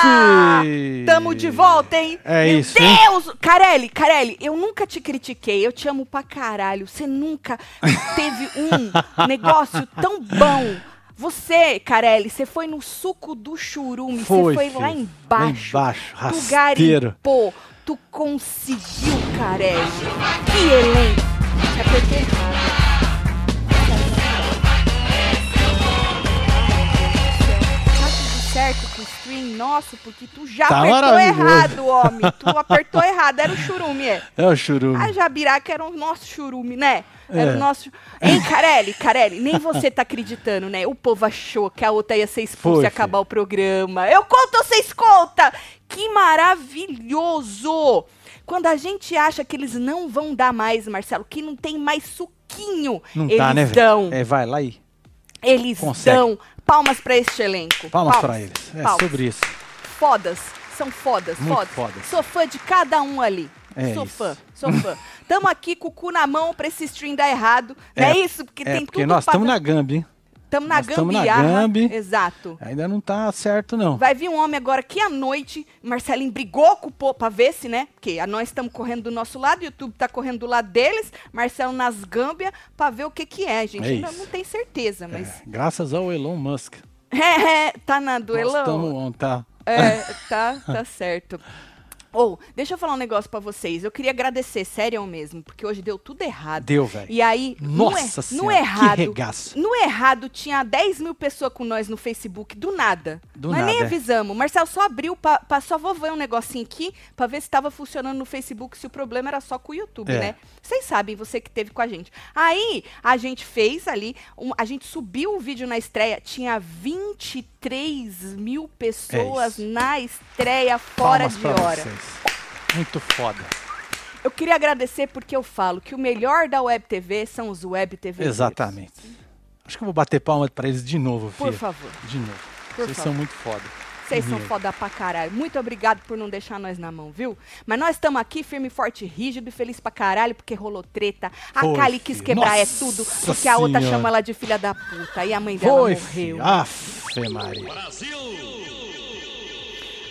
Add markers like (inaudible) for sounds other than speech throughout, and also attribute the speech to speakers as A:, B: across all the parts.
A: Ah,
B: Tamo de volta, hein?
A: É
B: Meu
A: isso, hein?
B: Deus! Carelli, Carelli, eu nunca te critiquei. Eu te amo pra caralho. Você nunca teve
A: (laughs)
B: um negócio tão bom. Você, Carelli, você foi no suco do churume.
A: Foi,
B: Você foi
A: filho.
B: lá embaixo.
A: Lá embaixo,
B: Tu
A: rasteiro.
B: garimpou. Tu conseguiu, Carelli. Que elenco. Te apertei errado. Tá tudo certo com o stream nosso, porque tu já
A: Tá
B: apertou
A: maravilhoso.
B: errado, homem. Tu apertou errado. Era o churume, é.
A: É o churume.
B: A Jabiraca era o nosso churume, né? Era
A: É.
B: o nosso. Hein, Carelli? Carelli, nem você tá acreditando, né? O povo achou que a outra ia ser expulsa
A: Foi,
B: e acabar o programa. Eu conto, vocês conta! Que maravilhoso! Quando a gente acha que eles não vão dar mais, Marcelo, que não tem mais suquinho,
A: Não
B: eles
A: tá, né,
B: dão.
A: velho? É, vai lá e
B: Eles
A: Consegue.
B: dão. Palmas pra este elenco.
A: palmas pra eles. É
B: Palmas.
A: sobre isso.
B: Fodas. São fodas,
A: Muito
B: fodas.
A: fodas.
B: Sou fã de cada um ali.
A: É
B: sou
A: isso.
B: fã, sou
A: (laughs)
B: fã. Tamo aqui com o cu na mão pra esse stream dar errado. Não é,
A: É,
B: isso? Porque
A: é,
B: tem
A: porque
B: tudo
A: nós
B: pra-
A: estamos na Gambi, hein?
B: Tamo na
A: nós tamo na
B: gambiarra.
A: gambi.
B: Exato.
A: Ainda não tá certo, não.
B: Vai vir um homem agora que à noite, Marcelinho brigou com o povo pra ver se, né? Porque a- nós estamos correndo do nosso lado, o YouTube tá correndo do lado deles, Marcelo nas Gâmbia, pra ver o que que é, gente.
A: É
B: Ainda
A: isso.
B: não tem certeza, mas...
A: É, graças ao Elon Musk.
B: (laughs) É, tá na duelão.
A: Nós estamos on, tá? (laughs)
B: É, tá, tá certo. Ou, deixa eu falar um negócio pra vocês. Eu queria agradecer, sério mesmo, porque hoje deu tudo errado.
A: Deu, velho.
B: E aí, no er-
A: Nossa
B: no,
A: Senhora, que
B: errado,
A: regaço.
B: no errado tinha 10 mil pessoas com nós no Facebook, do nada.
A: Do
B: Mas nem
A: nada, é.
B: avisamos. O Marcelo só abriu, pra, pra- só vou ver um negocinho aqui, pra ver se tava funcionando no Facebook, se o problema era só com o YouTube,
A: É.
B: né? Vocês sabem, você que teve com a gente. Aí, a gente fez ali, um- a gente subiu o vídeo na estreia, tinha 23 mil pessoas
A: É isso.
B: na estreia, fora
A: palmas
B: de
A: pra
B: hora.
A: vocês. Muito foda.
B: Eu queria agradecer porque eu falo que o melhor da Web TV são os Web TV.
A: Exatamente. Acho que eu vou bater palmas pra eles de novo, filho.
B: Por favor,
A: De novo.
B: Por
A: Vocês
B: favor.
A: são muito foda.
B: vocês são
A: Uhum.
B: foda pra caralho. Muito obrigado por não deixar nós na mão, viu? Mas nós estamos aqui firme, forte, rígido e feliz pra caralho porque rolou treta. A
A: Foi,
B: Kali quis
A: filho.
B: quebrar é
A: Nossa
B: tudo porque a outra
A: Senhora.
B: chama ela de filha da puta e a mãe dela
A: Foi,
B: morreu.
A: filho. Afe Maria.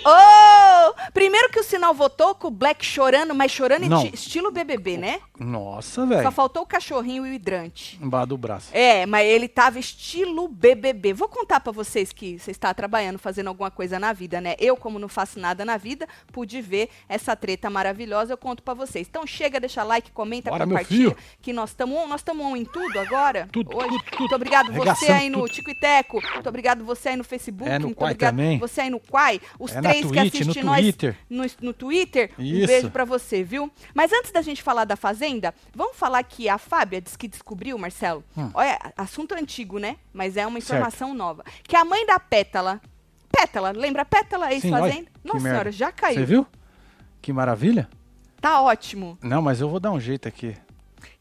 B: Oh! Primeiro que o sinal votou com o Black chorando, mas chorando em
A: Não. É.
B: ti- estilo BBB, né?
A: Nossa,
B: Só
A: velho.
B: faltou o cachorrinho e o hidrante.
A: Embaixo do braço.
B: É, mas ele tava estilo BBB. Vou contar pra vocês que você está trabalhando, fazendo alguma coisa na vida, né? Eu, como não faço nada na vida, pude ver essa treta maravilhosa, eu conto pra vocês. Então chega, deixa like, comenta,
A: Bora, meu
B: compartilha,
A: filho.
B: que nós estamos on, nós estamos on em tudo agora.
A: Tudo,
B: hoje.
A: tudo, tudo.
B: Muito obrigado você
A: Arregaçamos
B: aí no
A: tudo.
B: Tico e Teco, muito obrigado você aí no Facebook,
A: É, no
B: muito
A: Quai
B: obrigado
A: também.
B: você aí no Quai, os
A: É na
B: três que
A: Twitch, no
B: assistem nós
A: Twitter.
B: no, no Twitter. Um
A: Isso.
B: beijo pra você, viu? Mas antes da gente falar da Fazenda, vamos falar que a Fábia disse que descobriu, Marcelo.
A: Hum.
B: Olha, assunto antigo, né? Mas é uma informação nova. Que a mãe da Pétala. Pétala, lembra a Pétala,
A: Sim, olha,
B: ex-fazenda?
A: que
B: Nossa
A: merda.
B: senhora, já
A: Você
B: caiu.
A: viu? Que maravilha.
B: Tá ótimo.
A: Não, mas eu vou dar um jeito aqui.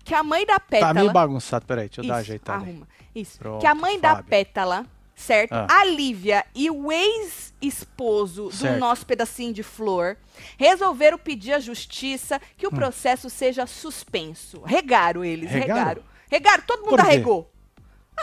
B: Que a mãe da
A: Tá
B: Pétala.
A: meio bagunçado, peraí, deixa eu
B: Isso,
A: dar uma ajeitada. aí.
B: arruma. Isso.
A: Pronto,
B: que a mãe da
A: Fábio.
B: Pétala, certo?
A: Ah.
B: A Lívia e o ex-esposo do
A: Certo.
B: nosso pedacinho de flor resolveram pedir à justiça que o
A: Hum.
B: processo seja suspenso. Regaram eles, regaram.
A: Regaram?
B: Regaram, todo mundo
A: Por quê?
B: arregou.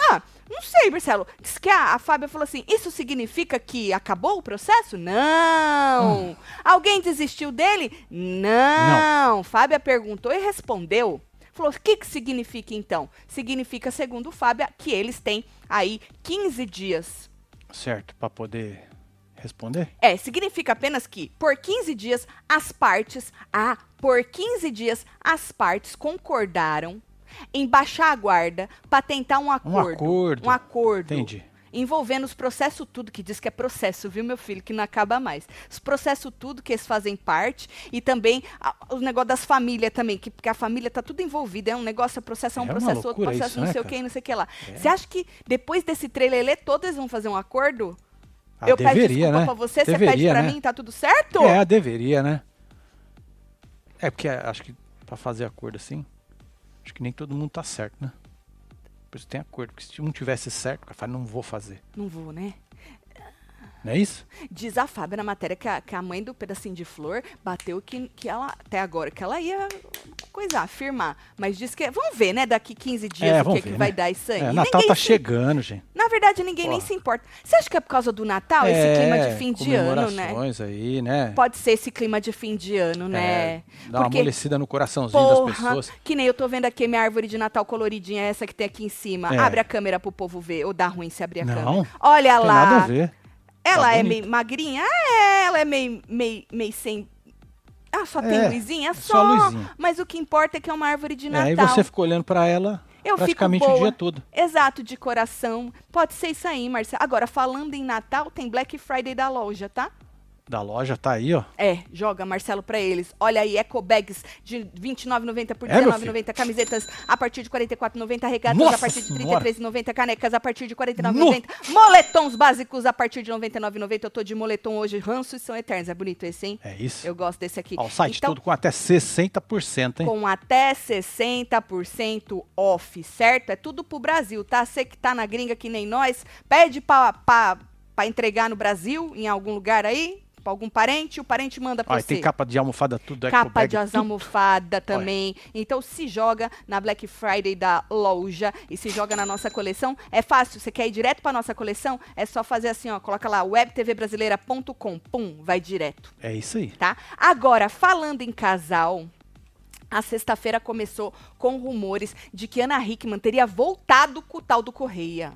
B: Ah, não sei, Marcelo. Diz que a, a Fábia falou assim: isso significa que acabou o processo? Não. Alguém desistiu dele? Não. Fábia perguntou e respondeu. Falou: o que, que significa então? Significa, segundo Fábia, que eles têm aí 15 dias.
A: Certo, pra poder responder?
B: É, significa apenas que por 15 dias as partes, ah, por 15 dias as partes concordaram em baixar a guarda para tentar um acordo.
A: acordo.
B: Um acordo.
A: Entendi.
B: Envolvendo os processos tudo, que diz que é processo, viu, meu filho, que não acaba mais. Os processos tudo que eles fazem parte e também a- o negócio das famílias também, que, porque a família tá tudo envolvida, é um negócio, é processo, é um
A: É uma
B: processo, outro
A: loucura
B: processo,
A: isso,
B: não
A: né,
B: sei o
A: cara? É.
B: que, não sei o que lá. Você acha que depois desse trailer todo eles vão fazer um acordo?
A: Ah,
B: eu peço
A: deveria,
B: desculpa
A: né?
B: pra você,
A: deveria,
B: você pede pra
A: né?
B: mim, tá tudo certo?
A: É, deveria, né? É, porque é, acho que pra fazer acordo assim, acho que nem todo mundo tá certo, né? Por isso tem acordo. Porque se um tivesse certo, o cara fala, não vou fazer.
B: Não vou, né?
A: Não é isso?
B: Diz a Fábia na matéria que a, que a mãe do pedacinho de flor bateu que, que ela, até agora, que ela ia coisar, afirmar. Mas diz que. Vamos ver, né? Daqui 15 dias
A: É,
B: o que,
A: vamos
B: é que
A: ver,
B: vai
A: né?
B: dar isso aí.
A: É,
B: E
A: Natal tá
B: ninguém se-
A: chegando, gente.
B: Na verdade, ninguém nem
A: Porra.
B: se importa. Você acha que é por causa do Natal, esse clima de
A: É,
B: fim de ano, né?
A: comemorações aí, né?
B: Pode ser esse clima de fim de ano, né?
A: É, Dá uma
B: Porque-
A: amolecida no coraçãozinho das
B: Porra, tá
A: pessoas.
B: que nem eu tô vendo aqui minha árvore de Natal coloridinha, é essa que tem aqui em cima.
A: É.
B: Abre a câmera pro povo ver, ou dá ruim se abrir a
A: Não,
B: câmera. Olha
A: Não tem
B: lá.
A: nada a ver.
B: Ela
A: Tá
B: é
A: bonito.
B: meio magrinha? É, ela é meio, meio, meio sem. Ah, só tem
A: É,
B: luzinha? Só.
A: só luzinha.
B: Mas o que importa é que é uma árvore de
A: É,
B: Natal.
A: aí você ficou olhando pra ela
B: Eu fico
A: praticamente
B: boa.
A: o dia todo.
B: Exato, de coração. Pode ser isso aí, Marcelo. Agora, falando em Natal, tem Black Friday da loja, tá?
A: Da loja tá aí, ó.
B: É, joga Marcelo pra eles. Olha aí, Eco Bags de R$ 29,90 por
A: É, meu
B: R$19,90. camisetas a partir de R$ 44,90. Regatas
A: Nossa
B: a partir de R$
A: Senhora!
B: 33,90. Canecas a partir de R$ 49,90. Moletons básicos a partir de R$ 99,90. Eu tô de moletom hoje. Ranços são eternos. É bonito esse, hein?
A: É isso.
B: Eu gosto desse aqui.
A: Ó, o site
B: então,
A: todo com até 60%, hein?
B: com até 60% off, certo? É tudo pro Brasil, tá? Você que tá na gringa que nem nós, pede pra, pra, pra entregar no Brasil, em algum lugar aí, pra algum parente, o parente manda pra
A: Ó, e
B: você.
A: tem capa de almofada tudo,
B: Capa
A: ecobag,
B: de as
A: tudo.
B: almofada também. Então se joga na Black Friday da loja e se joga na nossa coleção. É fácil, você quer ir direto pra nossa coleção? É só fazer assim, ó, coloca lá webtvbrasileira.com, pum, vai direto
A: É isso aí.
B: tá? Agora, falando em casal, a sexta-feira começou com rumores de que Ana Hickman teria voltado com o tal do Correia.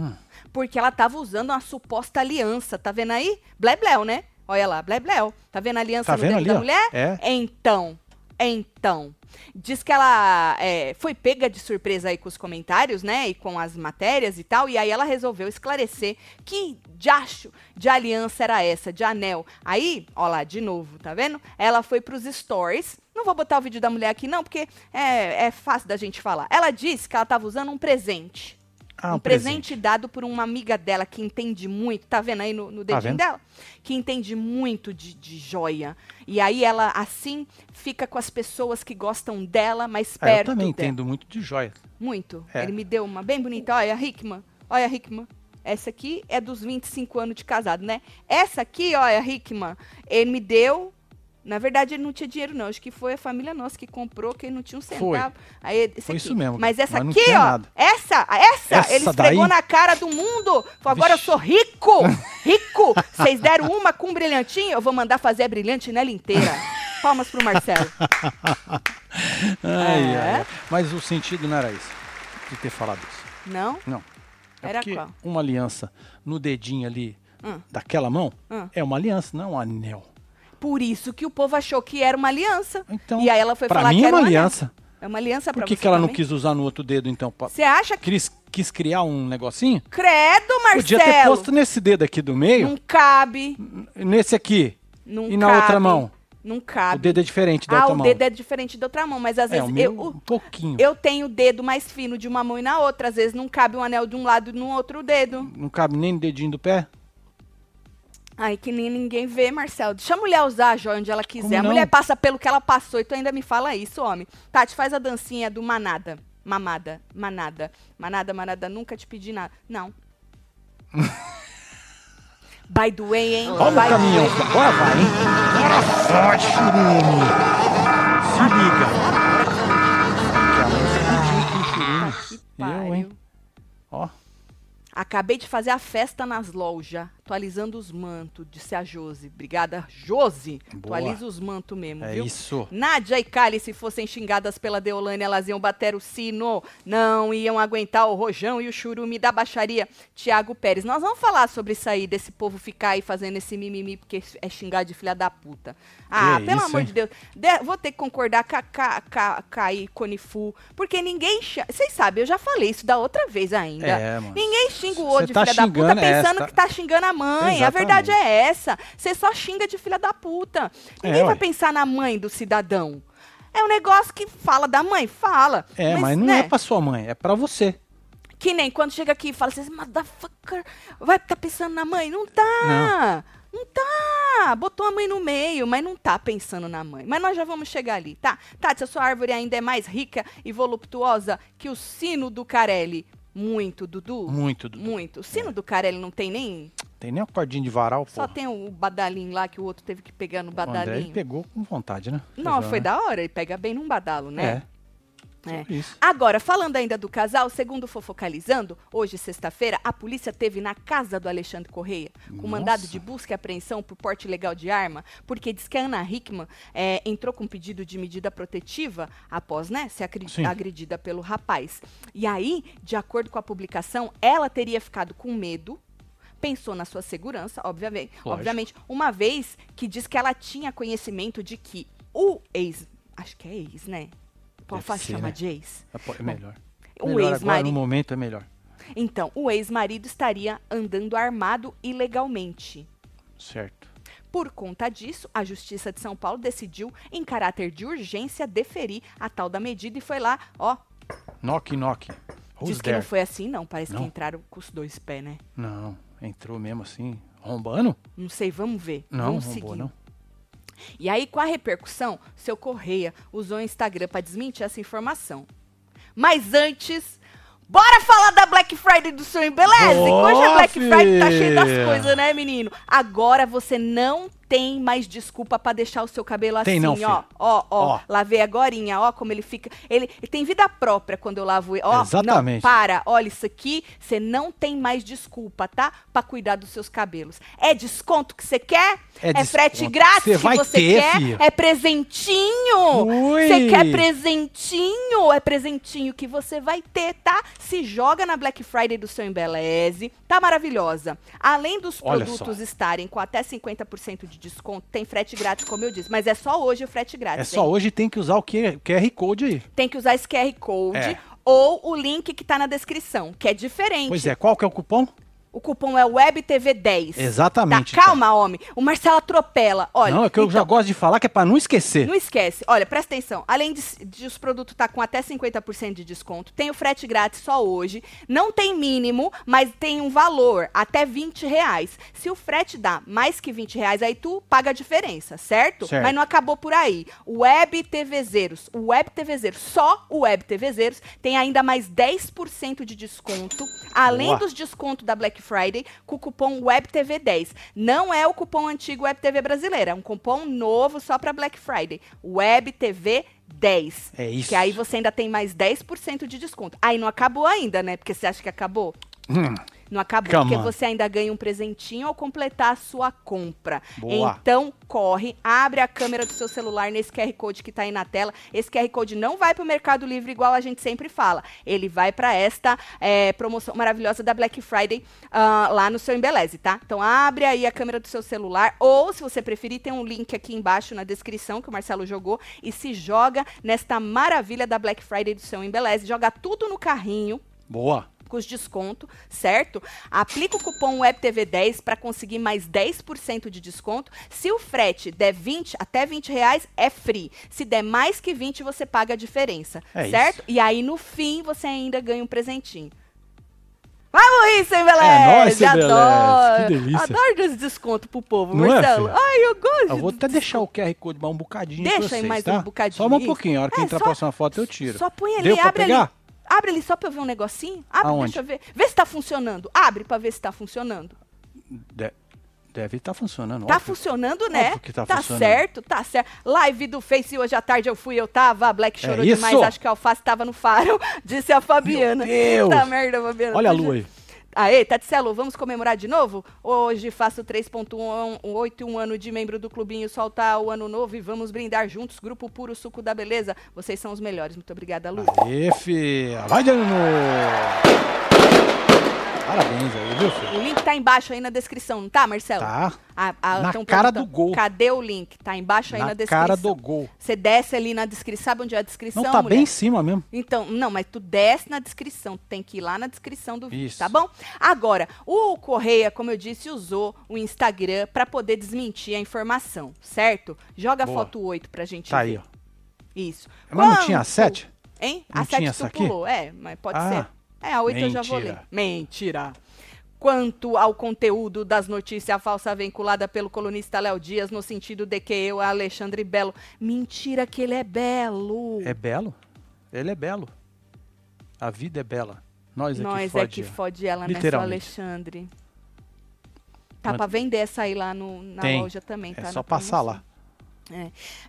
A: Hum.
B: Porque ela tava usando uma suposta aliança, tá vendo aí? Blebleu, né? Olha lá, blebleu. Tá vendo a aliança
A: Tá
B: no
A: vendo
B: dedo
A: ali,
B: da
A: ó?
B: mulher?
A: É.
B: Então, então. Diz que ela é, foi pega de surpresa aí com os comentários, né? E com as matérias e tal. E aí ela resolveu esclarecer que diacho de aliança era essa, de anel. Aí, ó lá, de novo, tá vendo? Ela foi pros stories. Não vou botar o vídeo da mulher aqui, não, porque é, é fácil da gente falar. Ela disse que ela tava usando um presente
A: Ah,
B: um presente dado por uma amiga dela que entende muito, tá vendo aí no, no
A: Tá
B: dedinho
A: vendo?
B: dela? Que entende muito de, de joia. E aí ela, assim, fica com as pessoas que gostam dela, mas
A: Ah, eu
B: perto
A: também
B: dela.
A: entendo muito de joia.
B: Muito.
A: É.
B: Ele me deu uma bem bonita. Olha, a Hickman. Olha, a Hickman. Essa aqui é dos 25 anos de casado, né? Essa aqui, olha, a Hickman. Ele me deu. Na verdade, ele não tinha dinheiro, não. Acho que foi a família nossa que comprou, que ele não tinha um centavo. Aí, esse
A: Foi
B: aqui.
A: isso mesmo,
B: Mas essa
A: mas não
B: aqui, ó.
A: tinha nada.
B: Essa, essa,
A: Essa
B: ele esfregou
A: daí?
B: na cara do mundo. Falou, agora eu
A: Vixe.
B: sou
A: (laughs)
B: rico. Rico. Vocês deram uma com um brilhantinho, eu vou mandar fazer a brilhante nela
A: (laughs)
B: inteira. Palmas pro Marcelo.
A: Ai,
B: É.
A: ai, ai. Mas o sentido não era isso, de ter falado isso.
B: Não?
A: Não. É
B: Era
A: porque
B: qual?
A: uma aliança no dedinho ali
B: Hum.
A: daquela mão
B: Hum.
A: é uma aliança, não é um anel.
B: Por isso que o povo achou que era uma aliança.
A: Então,
B: e aí ela foi
A: pra
B: falar
A: mim
B: que
A: é
B: era
A: uma
B: um anel.
A: aliança.
B: É uma aliança pra
A: Por que,
B: você
A: que ela não
B: também?
A: quis usar no outro dedo, então? Pa-
B: Você acha que...
A: Quis, quis criar um negocinho?
B: Credo,
A: Podia ter
B: Marcelo!
A: posto nesse dedo aqui do meio,
B: Não cabe.
A: nesse aqui.
B: Não
A: e na
B: cabe,
A: outra mão?
B: Não
A: O
B: cabe.
A: dedo é diferente da
B: ah,
A: outra
B: o
A: mão.
B: dedo é diferente da outra mão, mas às
A: É,
B: vezes
A: o
B: eu,
A: meu um pouquinho.
B: eu tenho o dedo mais fino de uma mão e na outra. Às vezes não cabe um anel de um lado e no outro dedo.
A: Não cabe nem no dedinho do pé?
B: Ai, que nem ninguém vê, Marcelo. Deixa a mulher usar a joia onde ela quiser.
A: Como
B: A
A: não?
B: mulher passa pelo que ela passou e tu ainda me fala isso, homem. Tati, faz a dancinha do manada. Mamada, manada. Manada, manada, nunca te pedi nada.
A: (laughs)
B: Não. By the way, hein? By
A: Olha o
B: the
A: caminhão,
B: way.
A: agora vai, hein? Agora vai, churume! Se liga!
B: Que
A: Hum. Eu, hein?
B: pariu.
A: Ó,
B: Acabei de fazer a festa nas lojas, atualizando os mantos, disse a Jose. Obrigada, Jose.
A: Boa.
B: Atualiza os mantos mesmo,
A: é
B: viu?
A: isso.
B: Nádia e Kali, se fossem xingadas pela Deolane, elas iam bater o sino. Não iam aguentar o rojão e o churume da baixaria. Tiago Pérez, nós vamos falar sobre isso aí, desse povo ficar aí fazendo esse mimimi, porque é xingar de filha da puta. Ah,
A: Que
B: pelo
A: isso,
B: amor
A: hein?
B: de Deus. De- vou ter que concordar com a Ca- Ca- Kai Conifu, porque ninguém... xa- Vocês sabem, eu já falei isso da outra vez ainda.
A: É, mano.
B: Ninguém xinga o outro de
A: Cê tá
B: filha da puta
A: xingando, é,
B: pensando
A: cê tá-
B: que tá xingando a mãe. A
A: Exatamente.
B: verdade é essa. Você só xinga de filha da puta.
A: É,
B: Ninguém vai
A: ué.
B: pensar na mãe do cidadão. É um negócio que fala da mãe, fala.
A: É, mas, não
B: né,
A: é pra sua mãe, é pra você.
B: Que nem quando chega aqui e fala assim, "Esse motherfucker, vai tá pensando na mãe? Não tá. Não. tá. Botou a mãe no meio, mas não tá pensando na mãe. Mas nós já vamos chegar ali, tá? Tati, a sua árvore ainda é mais rica e voluptuosa que o sino do Carelli. Muito, Dudu.
A: Muito, Dudu. É.
B: Muito. O sino do Carelli não tem nem
A: Tem nem a cordinha de varal, pô.
B: Só tem o badalinho lá que o outro teve que pegar no
A: O André ele
B: badalinho.
A: pegou com vontade, né?
B: Não,
A: Tesão,
B: foi
A: né?
B: da hora. Ele pega bem num badalo, né? É.
A: É. Isso.
B: Agora, falando ainda do casal, segundo o Fofocalizando, hoje, sexta-feira, a polícia teve na casa do Alexandre Correia, com
A: Nossa.
B: mandado de busca e apreensão por porte ilegal de arma, porque diz que a Ana Hickman eh, entrou com pedido de medida protetiva após né, ser acri-
A: Sim.
B: agredida pelo rapaz. E aí, de acordo com a publicação, ela teria ficado com medo. Pensou na sua segurança, obviamente,
A: Lógico.
B: obviamente, uma vez que diz que ela tinha conhecimento de que o ex, acho que é ex, né? Pode
A: Deve
B: fa-
A: ser,
B: chamar
A: né?
B: de ex.
A: É po- É melhor.
B: O
A: melhor agora, no
B: ex-marido.
A: momento, é melhor.
B: Então, o ex-marido estaria andando armado ilegalmente.
A: Certo.
B: Por conta disso, a Justiça de São Paulo decidiu, em caráter de urgência, deferir a tal da medida e foi lá, ó.
A: Knock, knock. Who's
B: diz que não
A: there?
B: foi assim, não. Parece que
A: Não?
B: entraram com os dois pés, né?
A: Não, entrou mesmo assim, rombando?
B: Não sei, vamos ver.
A: Não,
B: vamos
A: rombou,
B: seguir.
A: não.
B: E aí, com a repercussão, seu Correia usou o Instagram para desmentir essa informação. Mas antes, bora falar da Black Friday do Sonho Beleza? Que Hoje a
A: Bora,
B: Black Friday tá
A: fi!
B: cheia das coisas, né, menino? Agora você não tem mais desculpa para deixar o seu cabelo
A: Tem
B: assim,
A: não,
B: ó.
A: fi.
B: Ó, ó,
A: Ó.
B: Lavei agorinha, ó, como ele fica. Ele, ele tem vida própria quando eu lavo ele. Ó,
A: Exatamente.
B: Não, para, olha isso aqui. Você não tem mais desculpa, tá? Para cuidar dos seus cabelos. É desconto que você quer?
A: É
B: É,
A: desconto.
B: frete grátis
A: Cê
B: que
A: vai
B: você
A: ter,
B: quer?
A: filho.
B: É presentinho?
A: Ui.
B: Você quer presentinho? É presentinho que você vai ter, tá? Se joga na Black Friday do seu Embeleze. Tá maravilhosa. Além dos
A: Olha
B: produtos
A: só.
B: estarem com até 50% de desconto, tem frete grátis, como eu disse. Mas é só hoje o frete
A: É
B: grátis.
A: só
B: hein?
A: hoje tem que usar o Q- QR Code aí.
B: Tem que usar esse QR Code
A: É.
B: ou o link que tá na descrição, que é diferente.
A: Pois é, qual que é o cupom?
B: Tá O cupom é WebTV10.
A: Exatamente. então.
B: Tá, calma, homem. O Marcelo atropela. Olha,
A: Não, é que eu já
B: então-
A: gosto de falar que é pra não esquecer.
B: Não esquece. Olha, presta atenção. Além de, de os produtos estar com até 50% de desconto, tem o frete grátis só hoje. Não tem mínimo, mas tem um valor, até 20 reais. Se o frete dá mais que 20 reais, aí tu paga a diferença, certo?
A: Certo.
B: Mas não acabou por aí. Web TVzeiros. O Web TVzeiros, só o Web TVzeiros, tem ainda mais 10% de desconto, além
A: Boa.
B: dos descontos da Black Friday, com o cupom WebTV10. Não é o cupom antigo WebTV brasileira, é um cupom novo só para Black Friday. WebTV10.
A: É isso.
B: Que aí você ainda tem mais 10% de desconto. Aí não acabou ainda, né? Porque você acha que acabou?
A: Hum,
B: Não acabou,
A: Calma.
B: porque você ainda ganha um presentinho ao completar a sua compra.
A: Boa.
B: Então, corre, abre a câmera do seu celular nesse QR Code que tá aí na tela. Esse QR Code não vai pro Mercado Livre igual a gente sempre fala. Ele vai para esta eh, promoção maravilhosa da Black Friday ah, lá no seu Embeleze, tá? Então, abre aí a câmera do seu celular ou, se você preferir, tem um link aqui embaixo na descrição que o Marcelo jogou e se joga nesta maravilha da Black Friday do seu Embeleze. Joga tudo no carrinho
A: boa.
B: com os desconto, certo? Aplica o cupom WebTV10 para conseguir mais 10% de desconto. Se o frete der 20, até 20 reais, é free. Se der mais que 20, você paga a diferença,
A: É
B: certo?
A: isso.
B: E aí, no fim, você ainda ganha um presentinho. Vamos isso, hein, Beleza?
A: É nóis, hein, Beleza?
B: Adoro.
A: Que delícia.
B: Adoro esse desconto pro povo,
A: Não é,
B: Marcelo.
A: filha?
B: Ai, eu gosto.
A: Eu vou até
B: de
A: deixar o QR Code mais um bocadinho
B: Deixa
A: pra
B: aí
A: vocês,
B: mais
A: tá?
B: um bocadinho.
A: Só mais um pouquinho, a hora que
B: É,
A: entrar
B: só-
A: a próxima foto eu tiro.
B: Só põe ali,
A: Deu pra
B: abre ali.
A: pegar?
B: Abre ali só pra eu ver um negocinho. Abre,
A: Aonde?
B: deixa eu ver. Vê se tá funcionando. Abre pra ver se tá funcionando.
A: De- Deve estar funcionando.
B: Tá
A: óbvio.
B: funcionando, né?
A: Óbvio que tá funcionando.
B: certo, tá certo. Live do Face hoje à tarde eu fui, eu tava. A Black
A: É
B: chorou
A: isso?
B: demais, acho que a alface tava no faro, (laughs) disse a Fabiana.
A: Deus!
B: Puta merda, Fabiana.
A: Olha a
B: Tá
A: lua
B: ju-
A: aí.
B: Aê, Tatselo, vamos comemorar de novo? Hoje faço 3.81 ano de membro do clubinho, soltar o ano novo e vamos brindar juntos. Grupo Puro Suco da Beleza. Vocês são os melhores. Muito obrigada, Lu.
A: Aê, filha. Vai, Danilo. Parabéns aí, viu, filho?
B: O link tá embaixo aí na descrição, não tá, Marcelo?
A: Tá
B: Ah, ah,
A: Na
B: tão
A: cara
B: perguntando,
A: do gol.
B: Cadê o link? Tá embaixo aí na,
A: na
B: descrição.
A: cara do gol.
B: Você desce ali na descrição. Sabe onde é a descrição,
A: Não, tá
B: mulher?
A: bem em cima mesmo.
B: Então, não, mas tu desce na descrição, tu tem que ir lá na descrição do vídeo,
A: Isso.
B: tá bom? Agora, o Correia, como eu disse, usou o Instagram pra poder desmentir a informação, certo? Joga a
A: Boa.
B: foto 8 pra gente ver.
A: Tá aí, ó.
B: Isso.
A: Mas não
B: Quanto-
A: tinha sete?
B: Hein?
A: Não
B: a 7
A: tinha
B: tu
A: essa aqui?
B: pulou, é, mas pode
A: Ah.
B: ser. É, a 8 eu já vou ler.
A: Mentira.
B: Mentira. Quanto ao conteúdo das notícias a falsa vinculada pelo colunista Léo Dias, no sentido de que eu, Alexandre Belo. Mentira que ele é belo.
A: É belo? Ele é belo. A vida é bela. Nós é
B: Nós
A: que
B: é que
A: fode.
B: fode ela, né, seu
A: Literalmente.
B: Alexandre? Tá
A: Mas-
B: pra vender essa aí lá no, na
A: Tem.
B: loja também, tá?
A: É
B: na
A: só passar
B: promoção.
A: lá.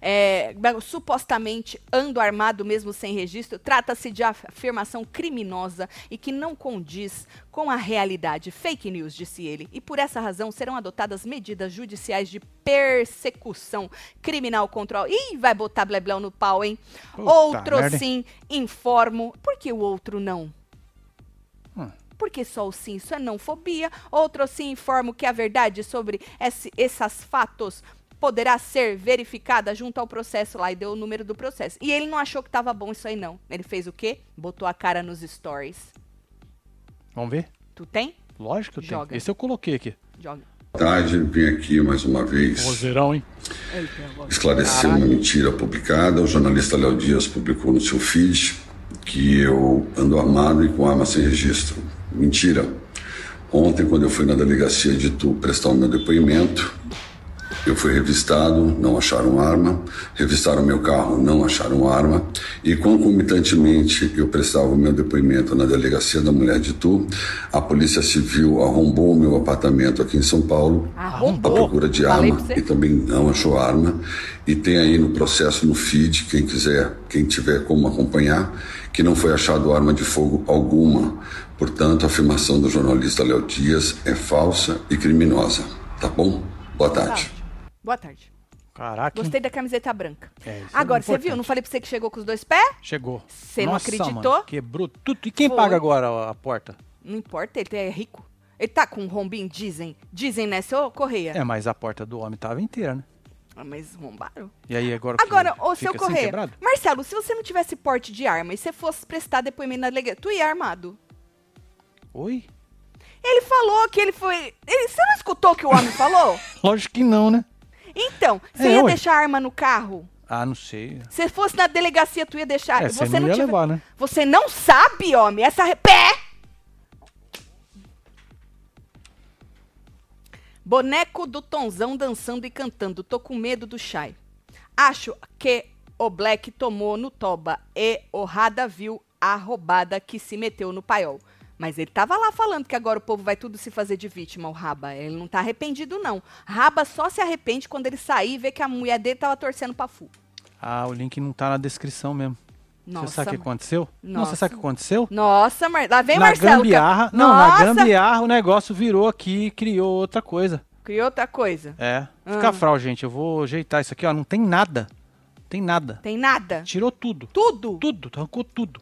B: É, Bel- supostamente ando armado mesmo sem registro, trata-se de af- afirmação criminosa e que não condiz com a realidade. Fake news, disse ele. E por essa razão serão adotadas medidas judiciais de persecução criminal contra. o- Ih, vai botar bleblão no pau, hein?
A: Puta
B: outro
A: merda,
B: sim,
A: hein?
B: informo. Por que o outro não?
A: Hum.
B: Porque só o sim, isso é não fobia. Outro sim, informo que a verdade sobre esse, essas fatos poderá ser verificada junto ao processo lá e deu o número do processo. E ele não achou que tava bom isso aí, não. Ele fez o quê? Botou a cara nos stories.
A: Vamos ver?
B: Tu tem?
A: Lógico que eu tenho.
B: Joga.
A: Esse eu coloquei aqui.
B: Joga.
C: tarde, vim aqui mais uma vez
A: Roseirão, hein?
B: Ele tem agora.
C: esclarecer uma mentira publicada. O jornalista Léo Dias publicou no seu feed que eu ando armado e com arma sem registro. Mentira. Ontem, quando eu fui na delegacia de Tu prestar o meu depoimento, eu fui revistado, não acharam arma, revistaram meu carro, não acharam arma, e concomitantemente eu prestava o meu depoimento na delegacia da mulher de Tu. A Polícia Civil arrombou o meu apartamento aqui em São Paulo, à
B: Arrombou.
C: procura Ah, de
B: Ah, Falei
C: arma
B: pra
C: e (laughs)
B: você.
C: também não achou arma. E tem aí no processo, no feed, quem quiser, quem tiver como acompanhar, que não foi achado arma de fogo alguma. Portanto, a afirmação do jornalista Léo Dias é falsa e criminosa. Tá bom? Boa
B: Tá
C: tarde.
B: ótimo. Boa tarde.
A: Caraca. hein?
B: Gostei da camiseta branca.
A: É, isso é
B: agora, você viu?
A: importante.
B: Não falei pra você que chegou com os dois pés?
A: Chegou.
B: Você não
A: Nossa,
B: acreditou?
A: mano, quebrou tudo. E quem
B: Foi.
A: paga agora ó, a porta?
B: Não importa, ele é rico. Ele tá com um rombinho, dizem. Dizem, né, seu Correia?
A: É, mas a porta do homem tava inteira, né?
B: Ah, Mas rombaram.
A: E aí agora o que
B: Agora, ô,
A: fica
B: seu
A: assim,
B: Correia.
A: quebrado?
B: Marcelo, se você não tivesse porte de arma e você fosse prestar depoimento na delegacia, tu ia armado.
A: Oi?
B: Ele falou que ele foi. Ele, você não escutou o que o homem falou?
A: (laughs) Lógico que não, né?
B: Então, você
A: É,
B: ia
A: ué.
B: deixar a arma no carro?
A: Ah, não sei.
B: Se fosse na delegacia, tu ia deixar.
A: É, você não ia
B: tive-
A: levar, né?
B: Você não sabe, homem. Essa. re- Pé! Boneco do Tonzão dançando e cantando. Tô com medo do Shai. Acho que o Black tomou no toba e o Rada viu a roubada que se meteu no paiol. Mas ele tava lá falando que agora o povo vai tudo se fazer de vítima, o Raba. Ele não tá arrependido, não. Raba só se arrepende quando ele sair e ver que a mulher dele tava torcendo pra Fu.
A: Ah, o link não tá na descrição mesmo. você sabe o que
B: mano.
A: aconteceu? Não,
B: Nossa.
A: você sabe o que aconteceu?
B: Nossa, Mar... lá vem
A: na
B: Marcelo.
A: gambiarra.
B: Ca-
A: Não,
B: Nossa,
A: na gambiarra o negócio virou aqui e criou outra coisa.
B: Criou outra coisa.
A: É.
B: Ah.
A: Fica fral, gente. Eu vou ajeitar isso aqui, ó. Não tem nada. Não tem nada.
B: Tem nada.
A: Tirou tudo.
B: Tudo.
A: Tudo. Arrancou tudo.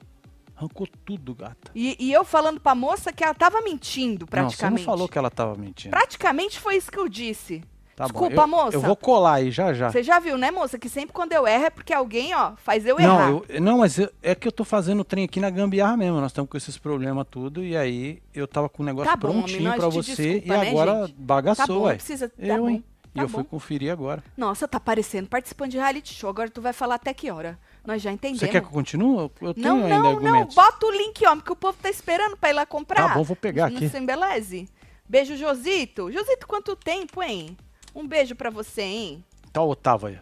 A: Arrancou tudo, gata.
B: E, e eu falando pra moça que ela tava mentindo,
A: Não, você não
B: praticamente.
A: falou que é. ela tava mentindo.
B: Praticamente foi isso que eu disse.
A: Tá bom.
B: Desculpa,
A: Eu-
B: moça.
A: Eu vou colar aí já já.
B: Você já viu, né, moça? Que sempre quando eu erro é porque alguém, ó, faz eu errar.
A: Não, eu- não, mas eu- é que eu tô fazendo o trem aqui na gambiarra mesmo. Nós estamos com esses problemas tudo. E aí eu tava com o negócio
B: Tá bom, homem,
A: prontinho
B: nós
A: pra
B: te
A: você.
B: desculpa,
A: e
B: né,
A: agora
B: gente?
A: bagaçou,
B: Tá bom,
A: ué.
B: não precisa- tá
A: eu,
B: bom,
A: hein? e
B: tá
A: eu fui
B: bom.
A: conferir agora.
B: Nossa, tá parecendo participante de reality show. Agora tu vai falar até que hora. Nós já entendemos.
A: Você quer que eu continue? Eu, eu tenho
B: Não,
A: ainda
B: não, não.
A: argumentos.
B: Bota o link, homem, que o povo tá esperando pra ir lá comprar.
A: Tá bom, vou pegar aqui.
B: No Sembeleze. Beijo, Josito. Josito, quanto tempo, hein? Um beijo pra você, hein?
A: Tá o Otávio aí.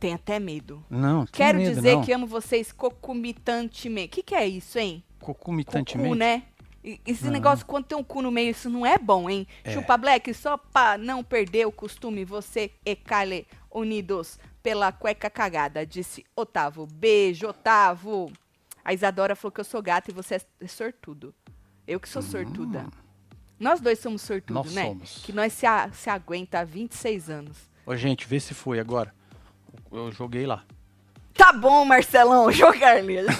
B: Tem até medo.
A: Não, tem
B: Quero
A: medo,
B: dizer
A: não.
B: que amo vocês cocumitantemente. O que, que é isso, hein?
A: Concomitantemente.
B: Cu, né? E- Esse negócio, quando tem um cu no meio, isso não é bom, hein?
A: Ah. É.
B: Chupa Black, só pra não perder o costume, você e Kale unidos pela cueca cagada, disse Otávio. Beijo, Otávio. A Isadora falou que eu sou gata e você é sortudo. Eu que sou sortuda. Nós dois somos sortudos,
A: Hum. Nós
B: né?
A: somos.
B: Que nós se, a- se aguenta há 26 anos.
A: Ô, gente, vê se foi agora. Eu joguei lá.
B: Tá bom, Marcelão, (laughs) jogar mesmo.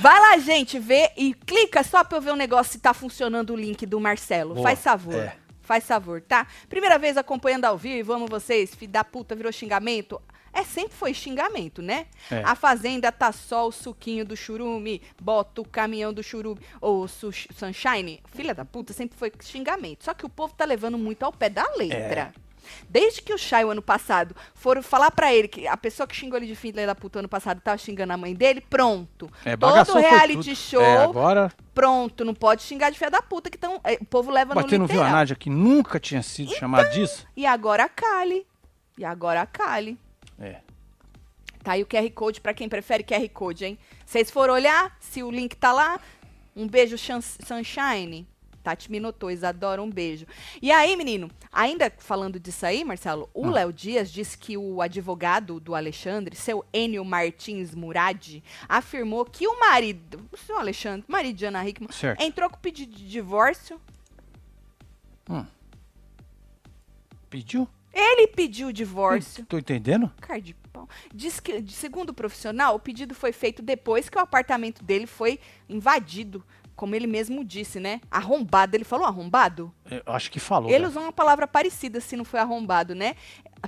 B: Vai lá, gente, vê e clica só pra eu ver o negócio se tá funcionando o link do Marcelo.
A: Boa,
B: Faz favor.
A: é.
B: Faz favor, tá? Primeira vez acompanhando ao vivo, amo vocês, filho da puta, virou xingamento. É, sempre foi xingamento, né?
A: É.
B: A fazenda tá só o suquinho do churume, bota o caminhão do churume, ou su- sunshine. Filha da puta, sempre foi xingamento. Só que o povo tá levando muito ao pé da
A: É.
B: letra. Desde que o Chay, o ano passado, foram falar pra ele que a pessoa que xingou ele de filha da puta ano passado tava xingando a mãe dele, pronto.
A: É, bagaçou
B: Todo
A: foi
B: reality
A: tudo.
B: show,
A: É, agora,
B: pronto. Não pode xingar de filha da puta, que tão, é, o povo leva
A: mas você
B: no
A: não viu
B: literal.
A: a Nádia que nunca tinha sido
B: Então?
A: chamada disso?
B: E agora a Kali. E agora a Kali.
A: É.
B: Tá aí o QR Code pra quem prefere QR Code, hein? Vocês foram olhar, se o link tá lá, um beijo chan- Sunshine. Tati Minotões, adoro, um beijo. E aí, menino, ainda falando disso aí, Marcelo, o Léo Dias disse que o advogado do Alexandre, seu Enio Martins Murad, afirmou que o marido, o seu Alexandre, marido de Ana Hickman,
A: Certo.
B: entrou com pedido de divórcio.
A: Pediu?
B: Ele pediu o divórcio.
A: Tô entendendo?
B: Cara de pau. Diz que, de- segundo o profissional, o pedido foi feito depois que o apartamento dele foi invadido. Como ele mesmo disse, né? Arrombado. Ele falou arrombado?
A: Eu acho que falou.
B: Ele
A: né?
B: usou uma palavra parecida, se não foi arrombado, né?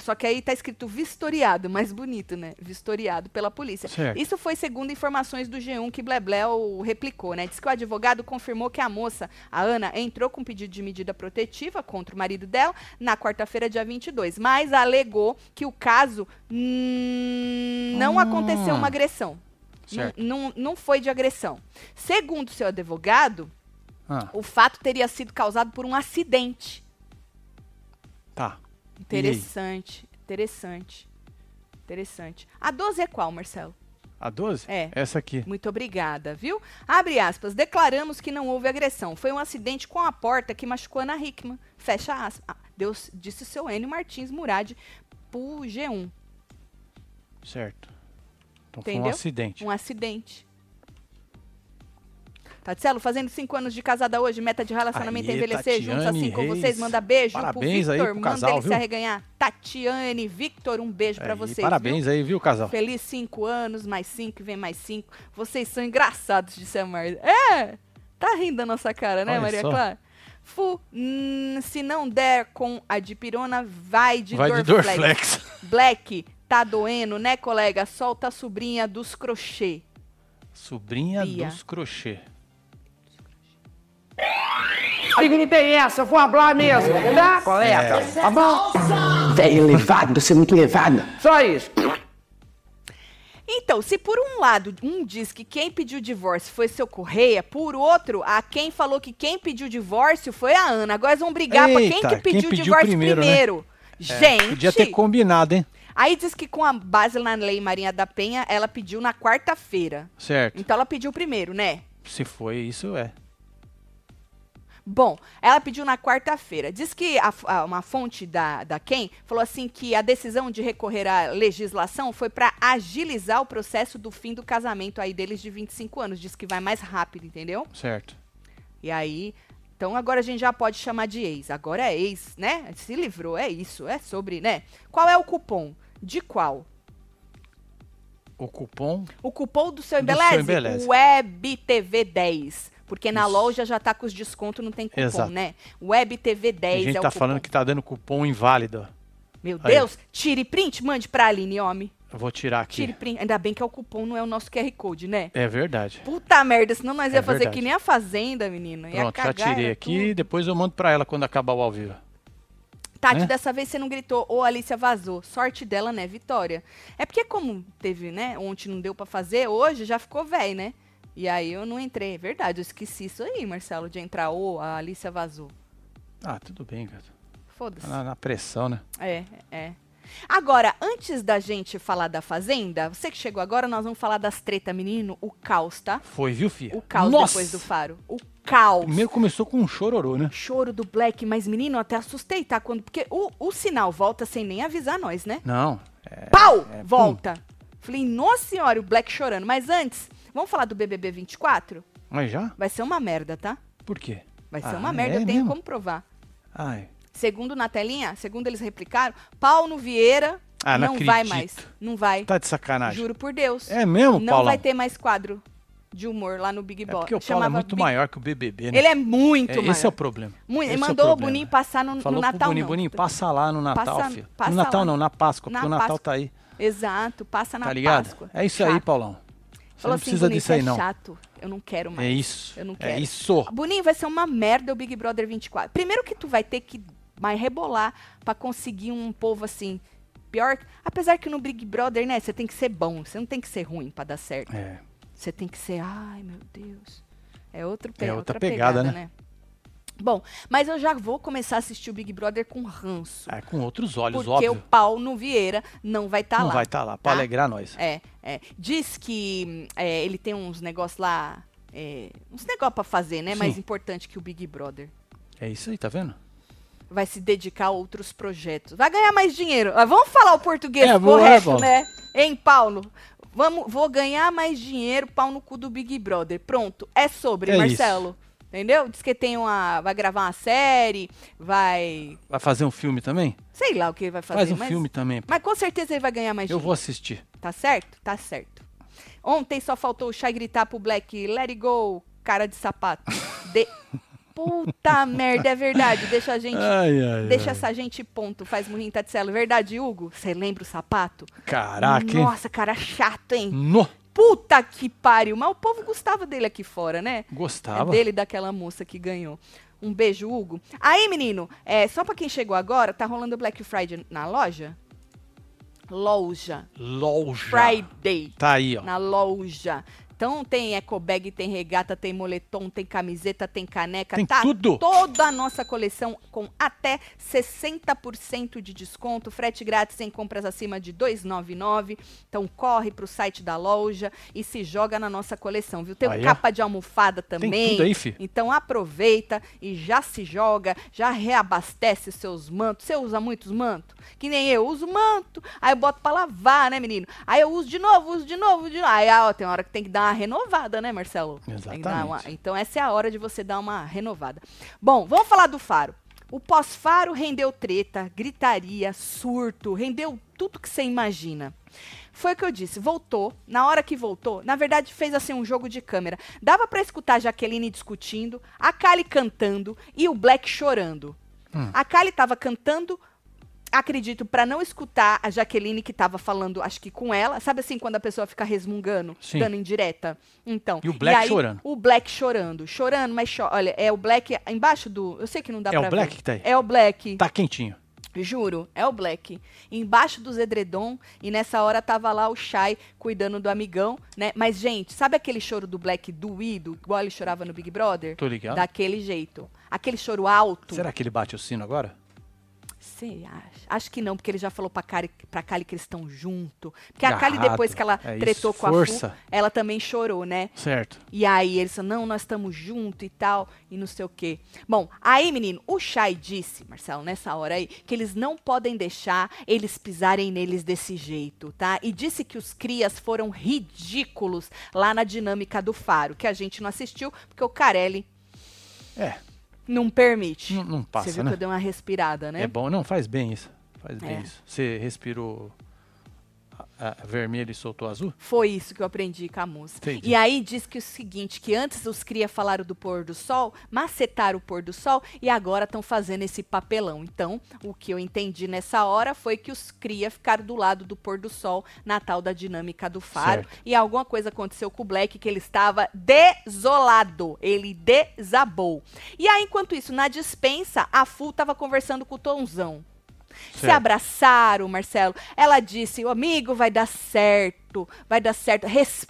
B: Só que aí tá escrito vistoriado, mais bonito, né? Vistoriado pela polícia.
A: Certo.
B: Isso foi segundo informações do G1 que Blebleu replicou, né? Diz que o advogado confirmou que a moça, a Ana, entrou com pedido de medida protetiva contra o marido dela na quarta-feira, dia 22, mas alegou que o caso hum, não
A: Ah.
B: aconteceu uma agressão.
A: Certo.
B: Não, não, não foi de agressão. Segundo seu advogado,
A: Ah,
B: o fato teria sido causado por um acidente.
A: tá.
B: Interessante, interessante, interessante. A 12 é qual, Marcelo?
A: A 12?
B: É.
A: Essa aqui.
B: Muito obrigada, viu? Abre aspas, declaramos que não houve agressão. Foi um acidente com a porta que machucou Ana Hickman. Fecha aspas. Ah, Deus disse o seu Enio Martins Murad pro G1.
A: Certo. Então foi um
B: Entendeu?
A: acidente.
B: Um acidente. Tatielo, fazendo cinco anos de casada hoje, meta de relacionamento é
A: Aê,
B: envelhecer juntos,
A: Tatiane
B: assim com
A: Reis.
B: vocês. Manda beijo
A: Parabéns
B: pro
A: aí
B: Victor,
A: pro
B: manda
A: casal,
B: ele se
A: viu?
B: arreganhar. Tatiane, Victor, um beijo pra
A: Aí,
B: vocês. viu?
A: É, parabéns aí, viu, casal?
B: Feliz cinco anos, mais cinco, e vem mais cinco. Vocês são engraçados, disse a Marta. É! Tá rindo da nossa cara, né,
A: Olha
B: Maria
A: só.
B: Clara? Fu, hum, se não der com a dipirona, vai de
A: Vai de
B: Dorflex.
A: Dorflex. (laughs)
B: Black, tá doendo, né, colega? Solta a sobrinha dos crochê.
A: Sobrinha
B: Bia.
A: dos crochê.
D: Dignidade é essa, eu vou falar mesmo, tá, colega? Tá bom?
E: Velho elevado, você é muito elevado.
D: Só isso.
B: Então, se por um lado um diz que quem pediu divórcio foi seu Correia, por outro, a quem falou que quem pediu divórcio foi a Ana. Agora eles vão brigar pra
A: Eita,
B: quem que pediu
A: quem
B: o
A: pediu
B: divórcio primeiro.
A: primeiro, né?
B: Gente,
A: Podia ter combinado, hein?
B: Aí diz que com a base lá na Lei Marinha da Penha, ela pediu na quarta-feira.
A: Certo.
B: Então ela pediu primeiro, né?
A: Se foi, isso é.
B: Bom, ela pediu na quarta-feira. Diz que a f- a- uma fonte da, da quem falou assim que a decisão de recorrer à legislação foi para agilizar o processo do fim do casamento aí deles de 25 anos. Diz que vai mais rápido, entendeu?
A: Certo.
B: E aí, então agora a gente já pode chamar de ex. Agora é ex, né? Se livrou, é isso, é sobre, né? Qual é o cupom? De qual?
A: O cupom
B: O cupom do seu
A: Do seu
B: Embeleze?
A: Embeleze.
B: WebTV10. Porque na loja já tá com os descontos, não tem cupom,
A: Exato.
B: né? WebTV10
A: A gente
B: é o
A: tá
B: cupom.
A: falando que tá dando cupom inválido.
B: Meu
A: Aí.
B: Deus, tire print, mande pra Aline, homem.
A: Eu vou tirar aqui.
B: Tire print. Ainda bem que é o cupom, não é o nosso QR Code, né?
A: É verdade.
B: Puta merda, senão nós ia
A: É
B: fazer
A: verdade.
B: que nem a Fazenda, menina. Ia
A: Pronto, já
B: cagar,
A: tirei
B: era
A: aqui. Depois eu mando pra ela quando acabar o ao vivo.
B: Tati,
A: né?
B: dessa vez você não gritou, ou a Alicia vazou. Sorte dela, né, Vitória? É porque como teve, né, ontem não deu pra fazer, hoje já ficou velho, né? E aí eu não entrei, é verdade, eu esqueci isso aí, Marcelo, de entrar, ou a Alicia vazou.
A: Ah, tudo bem, gato. Tá
B: Foda-se.
A: Na, na pressão, né?
B: É, é. Agora, antes da gente falar da Fazenda, você que chegou agora, nós vamos falar das treta, menino, o caos, tá?
A: Foi, viu, filha?
B: O caos
A: Nossa!
B: depois do faro. O caos.
A: Primeiro começou com um chororô, né?
B: Choro do Black, mas menino, eu até assustei, tá? Quando, porque o, o sinal volta sem nem avisar nós, né?
A: Não.
B: Pau!
A: é,
B: volta. Falei, nossa senhora, o Black chorando. Mas antes, vamos falar do BBB 24?
A: Mas já?
B: Vai ser uma merda, tá?
A: Por quê?
B: Vai ser
A: Ah,
B: uma merda, eu
A: é
B: tenho
A: mesmo?
B: como provar.
A: Ai.
B: Segundo na telinha, segundo eles replicaram, pau no Vieira
A: Ah,
B: não,
A: não
B: vai
A: acredito.
B: mais. Não vai.
A: Tá de sacanagem.
B: Juro por Deus.
A: É mesmo,
B: Não
A: Paulão?
B: vai ter mais quadro de humor lá no Big
A: É
B: Boss.
A: porque o Paulo é muito
B: Big-
A: maior que o BBB, né?
B: Ele é muito maior.
A: Esse é o problema.
B: Muito-
A: Esse
B: Ele
A: é o
B: mandou o,
A: problema.
B: Boninho passar no, no
A: Falou
B: Natal,
A: pro Boninho,
B: não.
A: Boninho, passa lá no Natal,
B: Passa-
A: filho.
B: passa
A: no Natal
B: lá.
A: não, na Páscoa,
B: Na
A: porque o Natal
B: Páscoa.
A: tá aí.
B: Exato, passa na
A: tá ligado?
B: Páscoa.
A: É isso aí,
B: Chato.
A: Paulão. Você
B: Falou
A: não
B: assim,
A: precisa
B: Boninho,
A: disso aí,
B: você é
A: não.
B: chato, eu não quero mais.
A: É isso.
B: Eu não
A: É
B: quero.
A: isso.
B: Boninho, vai ser uma merda o Big Brother 24. Primeiro que tu vai ter que mais rebolar pra conseguir um povo assim. Pior, apesar que no Big Brother, né, você tem que ser bom, você não tem que ser ruim pra dar certo.
A: É.
B: Você tem que ser, ai meu Deus. É, outro pe
A: É
B: outra,
A: outra
B: pegada,
A: pegada,
B: né? Bom, mas eu já vou começar a assistir o Big Brother com ranço.
A: É com outros olhos,
B: porque
A: óbvio.
B: o pau no Vieira não vai estar
A: não tá
B: lá. Tá.
A: vai estar lá, pra alegrar nós.
B: É, é. Diz que hum, é, ele tem uns negócios lá é, uns negócios pra fazer, né?
A: Sim.
B: Mais importante que o Big Brother.
A: É isso aí, tá vendo?
B: Vai se dedicar a outros projetos. Vai ganhar mais dinheiro. Ah, Vamos falar o português
A: É, boa,
B: correto,
A: é bom.
B: né? Hein, Paulo? Vamos, vou ganhar mais dinheiro, pau no cu do Big Brother. Pronto, é sobre,
A: É
B: Marcelo. Entendeu? Diz que tem uma. Vai gravar uma série, vai.
A: Vai fazer um filme também?
B: Sei lá o que ele vai fazer.
A: Faz um
B: mas,
A: filme também.
B: Mas com certeza ele vai ganhar mais
A: Eu
B: dinheiro.
A: vou assistir.
B: Tá certo? Tá certo. Ontem só faltou o Shai gritar pro Black, let it go, cara de sapato.
A: (laughs)
B: De... Puta merda, é verdade. Deixa a gente.
A: Ai, ai,
B: Deixa
A: ai.
B: essa gente ponto, faz murrinho, Tatselo. Verdade, Hugo? Você lembra o sapato?
A: Caraca, hein?
B: Nossa, cara chato, hein?
A: No,
B: Puta que pariu. Mas o povo gostava dele aqui fora, né?
A: gostava.
B: É dele e daquela moça que ganhou. Um beijo, Hugo. Aí, menino, é, só pra quem chegou agora, tá rolando Black Friday na loja? Loja.
A: Loja.
B: Friday
A: Tá aí, ó.
B: na loja. Então tem ecobag, tem regata, tem moletom, tem camiseta, tem caneca,
A: Tem
B: tá
A: tudo.
B: toda a nossa coleção com até 60% de desconto, frete grátis em compras acima de 299. Então corre pro site da loja e se joga na nossa coleção, viu? Tem um
A: Aí, ó.
B: capa de almofada também.
A: tudo aí, fi.
B: Então aproveita e já se joga, já reabastece os seus mantos. Você usa muitos mantos? Que nem eu uso manto, aí eu boto pra lavar, né, menino? Aí eu uso de novo, uso de novo, de novo. Aí ah, ó, tem hora que tem que dar uma renovada, né, Marcelo? Tem que dar uma-
A: Exatamente.
B: Então essa é a hora de você dar uma renovada. Bom, vamos falar do faro. O pós-faro rendeu treta, gritaria, surto, rendeu tudo que você imagina. Foi o que eu disse, voltou, na hora que voltou, na verdade fez assim um jogo de câmera. Dava pra escutar a Jaqueline discutindo, a Kali cantando e o Black chorando.
A: Hum.
B: A Kali tava cantando, acredito, pra não escutar a Jaqueline que tava falando, acho que com ela. Sabe assim, quando a pessoa fica resmungando,
A: Sim.
B: dando indireta? Então.
A: E o Black
B: aí,
A: chorando.
B: O Black chorando. Chorando, mas cho olha, é o Black embaixo do. Eu sei que não dá
A: É
B: pra
A: o Black
B: ver.
A: que tá aí?
B: É o Black.
A: Tá quentinho.
B: Juro, é o Black. Embaixo dos edredom, e nessa hora tava lá o Shai cuidando do amigão, né? Mas, gente, sabe aquele choro do Black doído, igual ele chorava no Big Brother?
A: Tô ligado.
B: Daquele jeito. Aquele choro alto.
A: Será que ele bate o sino agora?
B: Você acha? Acho que não, porque ele já falou pra Kali, pra Kali que eles estão junto. Porque a Kali,
A: Garrado.
B: depois que ela
A: É isso,
B: tretou com a
A: força.
B: Fu, ela também chorou, né?
A: Certo.
B: E aí eles falam, não, nós estamos junto e tal, e não sei o quê. Bom, aí, menino, o Chay disse, Marcelo, nessa hora aí, que eles não podem deixar eles pisarem neles desse jeito, tá? E disse que os crias foram ridículos lá na dinâmica do faro, que a gente não assistiu, porque o Carelli
A: É,
B: não permite.
A: não, não
B: Você
A: passa,
B: viu
A: né?
B: que eu dei uma respirada, né?
A: É bom. Não, faz bem isso. Faz bem
B: É.
A: isso. Você respirou a- a- vermelho e soltou azul?
B: Foi isso que eu aprendi com a moça.
A: Entendi.
B: E aí diz que o seguinte, que antes os cria falaram do pôr do sol, macetaram o pôr do sol e agora estão fazendo esse papelão. Então, o que eu entendi nessa hora foi que os cria ficaram do lado do pôr do sol na tal da dinâmica do faro.
A: Certo.
B: E alguma coisa aconteceu com o Black que ele estava desolado. Ele desabou. E aí, enquanto isso, na dispensa, a Fu estava conversando com o Tonzão. Se
A: Certo.
B: abraçaram, Marcelo. Ela disse: "O amigo, vai dar certo, vai dar certo.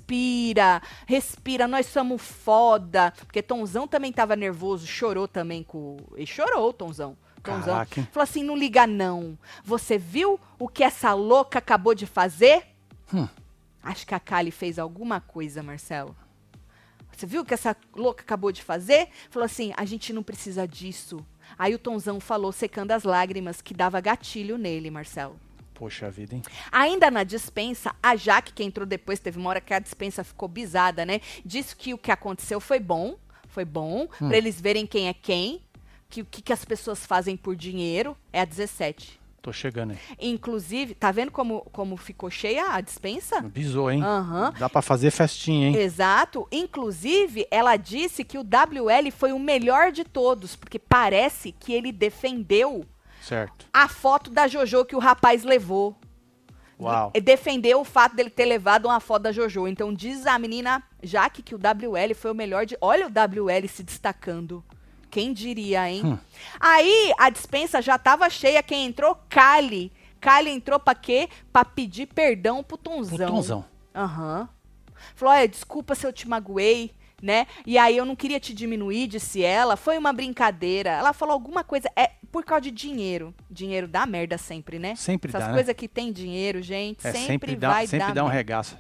B: Respira, respira, nós somos foda. Porque Tonzão também tava nervoso, chorou também com. E chorou, Tonzão. Tonzão
A: Caraca, hein?
B: falou assim: não liga, não. Você viu o que essa louca acabou de fazer?
A: Hum.
B: Acho que a Kali fez alguma coisa, Marcelo. Você viu o que essa louca acabou de fazer? Falou assim: a gente não precisa disso. Aí o Tonzão falou, secando as lágrimas, que dava gatilho nele, Marcelo.
A: Poxa vida, hein?
B: Ainda na dispensa, a Jaque, que entrou depois, teve uma hora que a dispensa ficou bisada, né? Disse que o que aconteceu foi bom, foi bom, pra eles verem quem é quem, que o que, que as pessoas fazem por dinheiro. É a 17.
A: Tô chegando aí.
B: Inclusive, tá vendo como, como ficou cheia a dispensa?
A: Bisou, hein?
B: Aham.
A: Dá pra fazer festinha, hein?
B: Exato. Inclusive, ela disse que o WL foi o melhor de todos, porque parece que ele defendeu
A: Certo.
B: a foto da JoJo que o rapaz levou. é
A: Uau.
B: E Defendeu o fato dele ter levado uma foto da JoJo. Então diz a menina Jaque que o WL foi o melhor de. Olha o WL se destacando. Quem diria, hein? Aí a dispensa já tava cheia. Quem entrou? Kali. Kali entrou pra quê? Pra pedir perdão pro Tonzão.
A: Putonzão.
B: Aham. Falou, olha, desculpa se eu te magoei, né? E aí eu não queria te diminuir, disse ela. Foi uma brincadeira. Ela falou alguma coisa. É por causa de dinheiro. Dinheiro dá merda sempre, né?
A: Sempre
B: Essas
A: dá, né?
B: coisas que tem dinheiro, gente,
A: É,
B: sempre,
A: sempre
B: vai
A: dá, sempre
B: dar
A: dá um
B: merda.
A: regaço.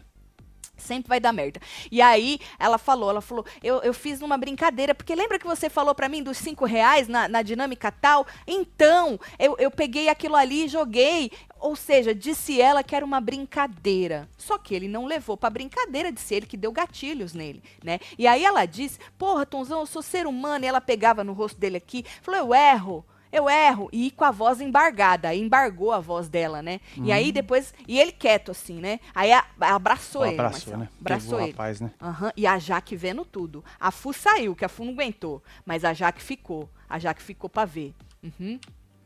B: Sempre vai dar merda. E aí, ela falou, ela falou, eu, eu fiz numa brincadeira, porque lembra que você falou pra mim dos cinco reais na, na dinâmica tal? Então, eu, eu peguei aquilo ali e joguei. Ou seja, disse ela que era uma brincadeira. Só que ele não levou pra brincadeira, disse ele que deu gatilhos nele, né? E aí ela disse, porra, Tonzão, eu sou ser humano. E ela pegava no rosto dele aqui, falou, eu erro. Eu erro. E com a voz embargada. Aí embargou a voz dela, né? E aí depois. E ele quieto, assim, né? Aí a- abraçou ele.
A: abraçou,
B: Marcelo.
A: né?
B: Abraçou
A: Pegou o
B: ele.
A: rapaz, né?
B: Aham, E a Jaque vendo tudo. A Fu saiu, que a Fu não aguentou. Mas a Jaque ficou. A Jaque ficou pra ver. Uhum.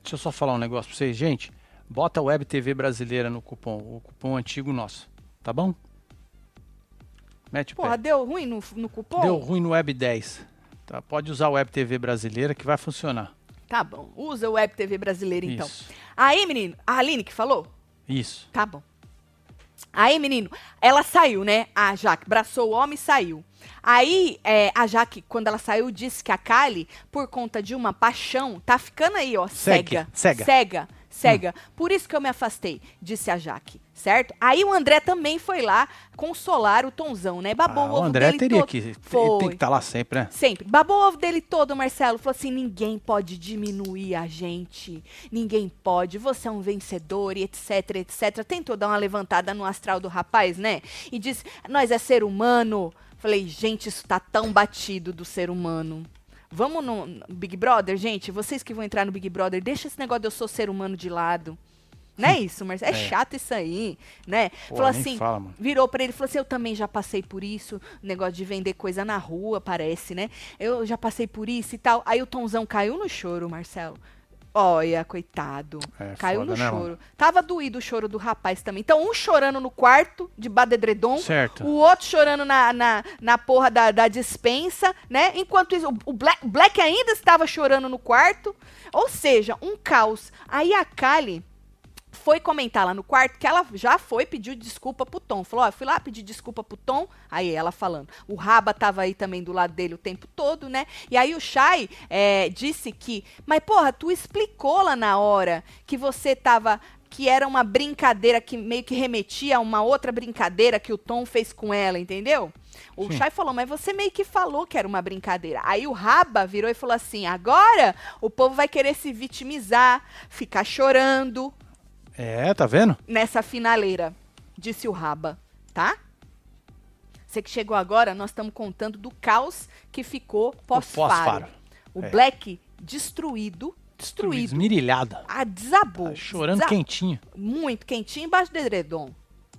A: Deixa eu só falar um negócio pra vocês, gente. Bota Web TV brasileira no cupom, o cupom antigo nosso, tá bom? Mete o
B: Porra,
A: pé.
B: deu ruim no, no cupom?
A: É. Deu ruim no Web 10. Tá? Pode usar a Web TV brasileira que vai funcionar.
B: Tá bom. Usa o Web TV brasileira, então.
A: Isso.
B: Aí, menino, a Aline que falou?
A: Isso.
B: Tá bom. Aí, menino, ela saiu, né? A Jaque abraçou o homem e saiu. Aí, é, a Jaque, quando ela saiu, disse que a Kylie, por conta de uma paixão, tá ficando aí, ó,
A: Segue,
B: cega.
A: cega. Hum.
B: Cega, cega. Por isso que eu me afastei, disse a Jaque, certo? Aí o André também foi lá consolar o Tonzão, né? Babou
A: Ah,
B: o
A: o
B: ovo
A: André
B: dele
A: teria
B: todo.
A: que. ele
B: Foi.
A: Tem que estar lá sempre, né?
B: Sempre. Babou o ovo dele todo, Marcelo. Falou assim: ninguém pode diminuir a gente. Ninguém pode. Você é um vencedor, e etc, etc. Tentou dar uma levantada no astral do rapaz, né? E disse: nós é ser humano. Falei: gente, isso tá tão batido do ser humano. Vamos no no Big Brother, gente? Vocês que vão entrar no Big Brother, deixa esse negócio de eu sou ser humano de lado. Não
A: (laughs)
B: é isso, Marcelo? É,
A: É.
B: chato isso aí, né?
A: Pô,
B: falou
A: nem
B: assim,
A: fala, mano.
B: virou pra ele e falou assim: Eu também já passei por isso, negócio de vender coisa na rua, parece, né? Eu já passei por isso e tal. Aí o Tonzão caiu no choro, Marcelo. Olha, coitado.
A: É
B: caiu
A: foda,
B: no
A: né,
B: choro.
A: mano?
B: Tava doído o choro do rapaz também. Então, um chorando no quarto de Badedredon,
A: Certo.
B: o outro chorando na, na, na porra da, da dispensa, né? Enquanto isso, o- o Black, o Black ainda estava chorando no quarto. Ou seja, um caos. Aí a Kali foi comentar lá no quarto que ela já foi pedir desculpa pro Tom. Falou, ó, eu fui lá pedir desculpa pro Tom. Aí ela falando. O Raba tava aí também do lado dele o tempo todo, né? E aí o Shai é, disse que, mas porra, tu explicou lá na hora que você tava que era uma brincadeira que meio que remetia a uma outra brincadeira que o Tom fez com ela, entendeu? O
A: Sim.
B: Shai falou, mas você meio que falou que era uma brincadeira. Aí o Raba virou e falou assim: agora o povo vai querer se vitimizar, ficar chorando,
A: É, tá vendo?
B: nessa finaleira, disse o Raba, tá? Você que chegou agora, nós estamos contando do caos que ficou pós-faro.
A: pós-faro,
B: O,
A: é.
B: Black destruído, destruído.
A: Esmirilhada.
B: Ah, desabou.
A: Tá chorando
B: desa-
A: quentinho.
B: Muito quentinho embaixo do edredom.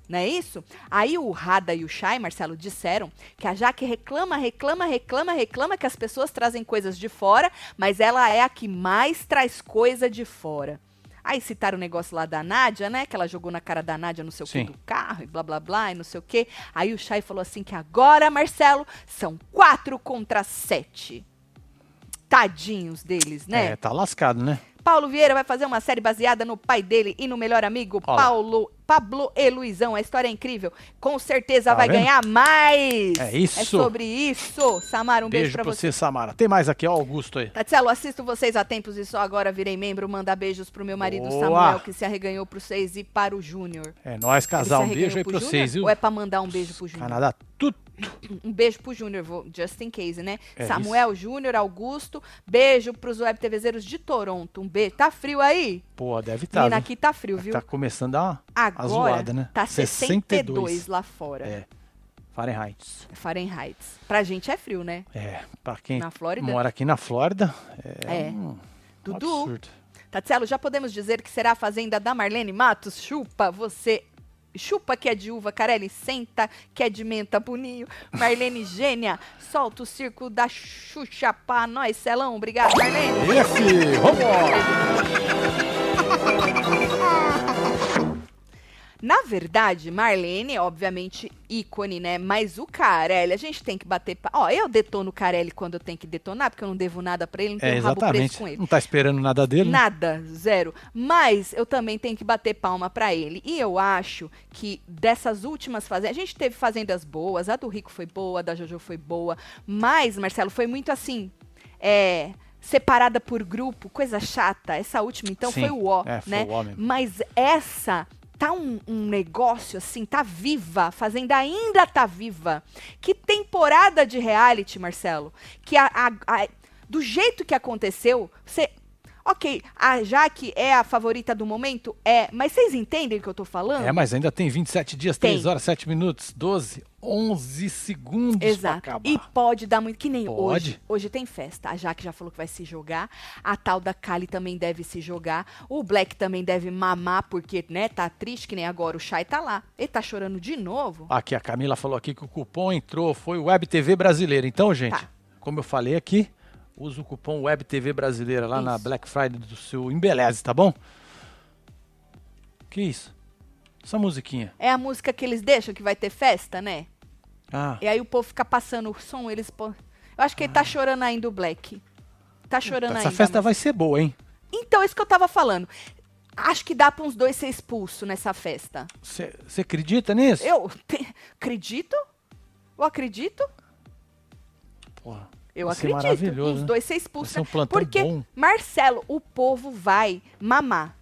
B: Não é isso? Aí o Rada e o Shai, Marcelo, disseram que a Jaque reclama, reclama, reclama, reclama que as pessoas trazem coisas de fora, mas ela é a que mais traz coisa de fora. Aí citaram o negócio lá da Nádia, né? Que ela jogou na cara da Nádia não sei o que
A: Sim.
B: do carro e blá blá blá e não sei o que. Aí o Chay falou assim que agora, Marcelo, são quatro contra sete. Tadinhos deles, né?
A: É, tá lascado, né?
B: Paulo Vieira vai fazer uma série baseada no pai dele e no melhor amigo,
A: Olha lá.
B: Paulo, Pablo e Luizão. A história é incrível. Com certeza
A: Tá
B: vai
A: vendo?
B: ganhar mais.
A: É isso.
B: É sobre isso. Samara, um beijo,
A: beijo pra
B: pra você.
A: você, Samara. Tem mais aqui, ó, Augusto aí.
B: Tatielo, assisto vocês há tempos e só agora virei membro. Manda beijos pro meu marido
A: Boa.
B: Samuel, que se arreganhou pro seis e para o Júnior. Ele
A: É nóis,
B: se
A: casal. Um
B: arreganhou
A: beijo aí
B: pro
A: pra
B: Júnior?
A: vocês, viu?
B: Ou é pra mandar um beijo pro Júnior?
A: Canadá, tudo.
B: Um beijo pro Júnior, vou- just in case, né?
A: É
B: Samuel, Júnior, Augusto. Beijo pros web TVzeiros de Toronto. Um beijo. Tá frio aí?
A: Pô, deve
B: Tá,
A: estar.
B: Menina, aqui tá frio, viu?
A: Tá começando a
B: Agora
A: zoada, né?
B: tá 62,
A: 62.
B: lá fora.
A: É. Fahrenheit.
B: Fahrenheit. Pra gente é frio, né?
A: É, pra quem
B: Na Flórida?
A: mora aqui na Flórida, é,
B: É.
A: um
B: Dudu?
A: absurdo.
B: Tatielo, já podemos dizer que será a fazenda da Marlene Matos? Chupa, você. Chupa que é de uva, Carelli, senta que é de menta, Boninho. Marlene Gênia, solta o circo da Xuxa pra nós, Celão. Obrigado, Marlene.
A: E aqui, vamos!
B: Na verdade, Marlene, é, obviamente, ícone, né? Mas o Carelli, a gente tem que bater. Pa... Ó, eu detono o Carelli quando eu tenho que detonar, porque eu não devo nada pra ele, não
A: É,
B: tenho um rabo preso
A: exatamente.
B: com ele.
A: Não tá esperando nada dele? né?
B: Nada, zero. Mas eu também tenho que bater palma pra ele. E eu acho que dessas últimas fazendas. A gente teve fazendas boas, a do Rico foi boa, a da Jojo foi boa. Mas, Marcelo, foi muito assim. É. Separada por grupo, coisa chata. Essa última, então,
A: Sim,
B: foi o ó,
A: é, foi
B: né?
A: o ó mesmo.
B: Mas essa tá um, um negócio assim, tá viva, a Fazenda ainda tá viva. Que temporada de reality, Marcelo, que a, a- a- do jeito que aconteceu, você... Ok, a Jaque é a favorita do momento? É, mas vocês entendem o que eu tô falando?
A: É, mas ainda tem 27 dias, 3
B: Tem.
A: horas, 7 minutos, 12, 11 segundos. pra
B: Exato.
A: acabar.
B: E pode dar muito. Que nem
A: Pode.
B: hoje. Hoje tem festa. A Jaque já falou que vai se jogar. A tal da Kali também deve se jogar. O Black também deve mamar, porque, né, tá triste, que nem agora o Shai tá lá. Ele tá chorando de novo.
A: Aqui, a Camila falou aqui que o cupom entrou, foi o WebTV Brasileira. Então, gente,
B: Tá.
A: como eu falei aqui, usa o cupom WebTV Brasileira lá na
B: Isso.
A: Black Friday do seu Embeleze, tá bom? Que isso? Essa musiquinha.
B: É a música que eles deixam que vai ter festa, né?
A: Ah,
B: E aí o povo fica passando o som, eles. pô- Eu acho que ele tá chorando ainda, o Black. Tá chorando ainda.
A: essa festa
B: mas-
A: vai ser boa, hein?
B: Então, isso que eu tava falando. Acho que dá pra uns dois ser expulso nessa festa.
A: Você acredita nisso?
B: Eu (laughs) te- acredito? Eu acredito?
A: Porra,
B: Eu
A: vai ser
B: acredito.
A: maravilhoso,
B: Os
A: né?
B: dois ser
A: Vai
B: expulsos.
A: ser um plantão
B: porque,
A: bom.
B: Marcelo, o povo vai mamar.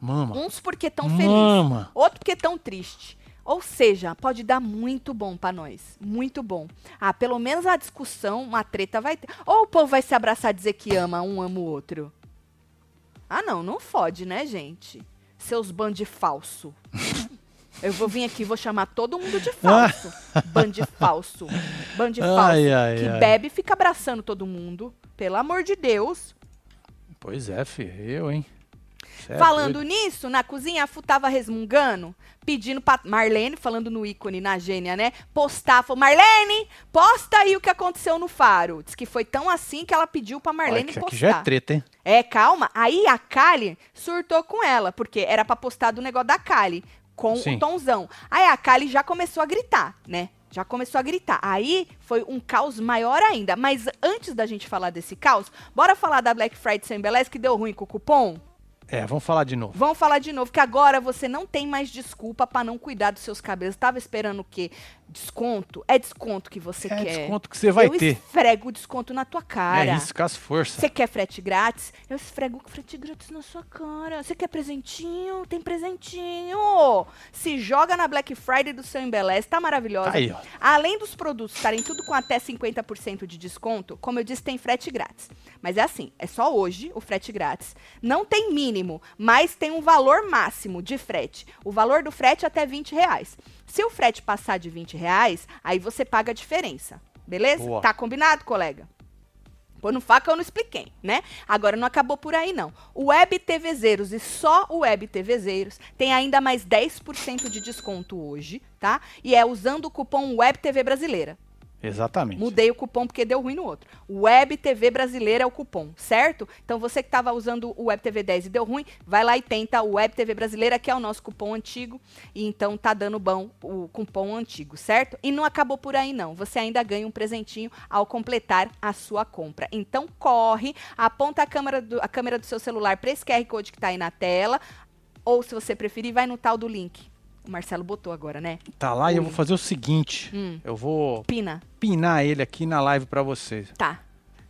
A: Mama.
B: Uns porque tão felizes,
A: Mama.
B: outros porque tão triste. Ou seja, pode dar muito bom pra nós. Muito bom. Ah, pelo menos a discussão, uma treta vai ter. Ou o povo vai se abraçar e dizer que ama, um ama o outro. Ah, não, não fode, né, gente? Seus band
A: (laughs)
B: falso. Eu vou vir aqui, vou chamar todo mundo de falso. Band falso. Band falso.
A: Ai, ai,
B: que
A: ai.
B: bebe e fica abraçando todo mundo. Pelo amor de Deus.
A: Pois é, filho, eu, hein? Cê é
B: falando
A: doido.
B: nisso, na cozinha a Fu tava resmungando, pedindo pra Marlene, falando no ícone, na gênia, né? Postar. Falou, Marlene, posta aí o que aconteceu no faro. Diz que foi tão assim que ela pediu pra
A: Olha,
B: Marlene
A: que
B: postar.
A: aqui já é treta, hein?
B: É, calma. Aí a Kali surtou com ela, porque era pra postar do negócio da Kali, com
A: Sim.
B: o Tonzão. Aí a Kali já começou a gritar, né? Já começou a gritar. Aí foi um caos maior ainda. Mas antes da gente falar desse caos, bora falar da Black Friday sem Beleza que deu ruim com o cupom?
A: É, vamos falar de novo.
B: Vamos falar de novo, que agora você não tem mais desculpa pra não cuidar dos seus cabelos. Tava esperando o quê? Desconto? É desconto que você
A: é
B: quer.
A: desconto que você vai
B: Eu
A: ter.
B: esfrego o desconto na tua cara.
A: É isso, com as forças.
B: Você quer frete grátis? Eu esfrego o frete grátis na sua cara. Você quer presentinho? Tem presentinho. Se joga na Black Friday do seu Embeleze, tá maravilhosa.
A: Aí, ó.
B: Além dos produtos estarem tudo com até 50% de desconto, como eu disse, tem frete grátis. Mas é assim, é só hoje o frete grátis. Não tem mínimo, mas tem um valor máximo de frete. O valor do frete é até 20 reais. Se o frete passar de 20 reais, aí você paga a diferença. Beleza?
A: Boa.
B: Tá combinado, colega? Pô, no faca eu não expliquei, né? Agora não acabou por aí, não. O Web TVzeiros e só o Web TVzeiros tem ainda mais 10% de desconto hoje, tá? E é usando o cupom Web TV Brasileira.
A: Exatamente.
B: Mudei o cupom porque deu ruim no outro. Web TV Brasileira é o cupom, certo? Então você que estava usando o Web TV 10 e deu ruim, vai lá e tenta o Web TV Brasileira, que é o nosso cupom antigo, e então tá dando bom o cupom antigo, certo? E não acabou por aí não. Você ainda ganha um presentinho ao completar a sua compra. Então corre, aponta a câmera do, a câmera do seu celular para esse QR Code que tá aí na tela, ou se você preferir, vai no tal do link. O Marcelo botou agora, né?
A: Tá lá e eu vou fazer o seguinte.
B: Hum.
A: Eu vou
B: Pina,
A: pinar ele aqui na live pra vocês,
B: tá.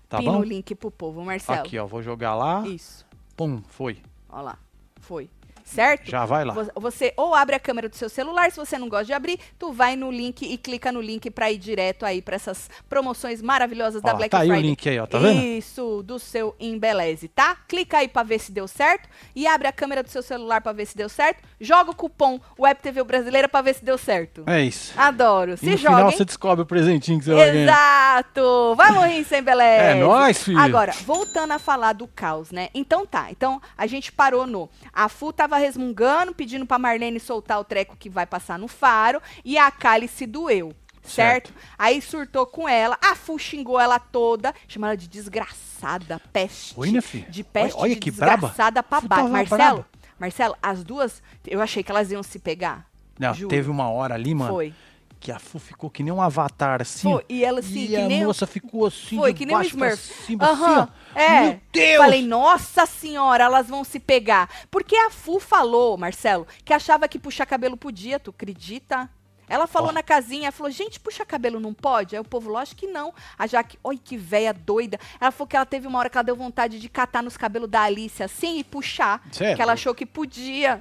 A: tá
B: Pina
A: bom?
B: o link pro povo, Marcelo.
A: Aqui, ó, vou jogar lá.
B: Isso.
A: Pum, foi.
B: Ó lá, foi. Certo?
A: Já vai lá.
B: Vo- Você ou abre a câmera do seu celular, se você não gosta de abrir, tu vai no link e clica no link pra ir direto aí pra essas promoções maravilhosas
A: Ó
B: da
A: lá,
B: Black
A: tá aí o
B: Friday.
A: link aí, ó, tá vendo?
B: Isso, do seu Embeleze, tá? Clica aí pra ver se deu certo e abre a câmera do seu celular pra ver se deu certo. Joga o cupom WebTV Brasileira pra ver se deu certo.
A: É isso.
B: Adoro.
A: e
B: Se
A: no
B: Ah, joga,
A: final
B: hein?
A: você descobre o presentinho que você vai ganhar.
B: Exato! Vamos rir sem beleza.
A: É nóis, filho.
B: Agora, voltando a falar do caos, né? Então tá. Então a gente parou no. A Fu tava resmungando, pedindo pra Marlene soltar o treco que vai passar no faro. E a Kali se doeu. Certo? Aí surtou com ela, a Fu xingou ela toda, chamou ela de desgraçada, peste.
A: Oi, minha filha.
B: De peste,
A: Olha- olha
B: de
A: que braba.
B: desgraçada pra
A: Fu
B: baixo.
A: tava
B: Marcelo,
A: braba.
B: Marcelo, as duas, eu achei que elas iam se pegar.
A: Não,
B: Juro.
A: teve uma hora ali, mano,
B: Foi.
A: que a Fu ficou que nem um avatar, assim.
B: Foi, e ela, assim,
A: e
B: que
A: a
B: nem-
A: moça ficou assim,
B: Foi,
A: de
B: que nem o
A: baixo pra
B: Smurf.
A: cima,
B: Aham.
A: assim, ó.
B: É.
A: Meu Deus!
B: Falei, nossa senhora, elas vão se pegar. Porque a Fu falou, Marcelo, que achava que puxar cabelo podia, tu acredita? Ela falou
A: Ó.
B: na casinha, falou, gente, puxar cabelo não pode? Aí o povo, lógico que não. A Jaque, oi, que véia doida. Ela falou que ela teve uma hora que ela deu vontade de catar nos cabelos da Alice assim e puxar.
A: Cê é
B: que ela
A: louco.
B: achou que podia.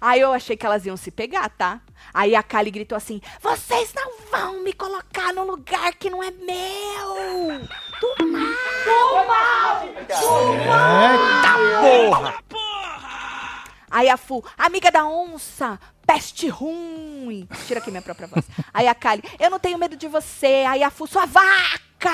B: Aí eu achei que elas iam se pegar, tá? Aí a Kali gritou assim: Vocês não vão me colocar num lugar que não é meu! Do mal! Do mal!
A: Porra!
B: Aí a Fu, amiga da onça, peste ruim. Tira aqui minha própria voz. Aí a Kali, eu não tenho medo de você. Aí a Fu, sua vaca!
A: Puta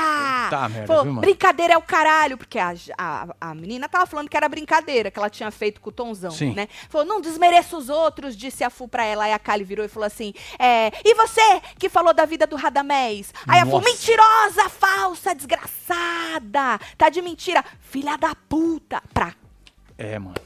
A: Tá, merda,
B: Falou,
A: viu, mano?
B: brincadeira é o caralho, porque a, a, a menina tava falando que era brincadeira, que ela tinha feito com o Tonzão,
A: Sim.
B: né? Falou, não desmereça os outros, disse a Fu pra ela. Aí a Kali virou e falou assim, é, e você que falou da vida do Radamés? Aí a Fu,
A: Nossa.
B: mentirosa, falsa, desgraçada, tá de mentira, filha da puta. Pra
A: É, mano.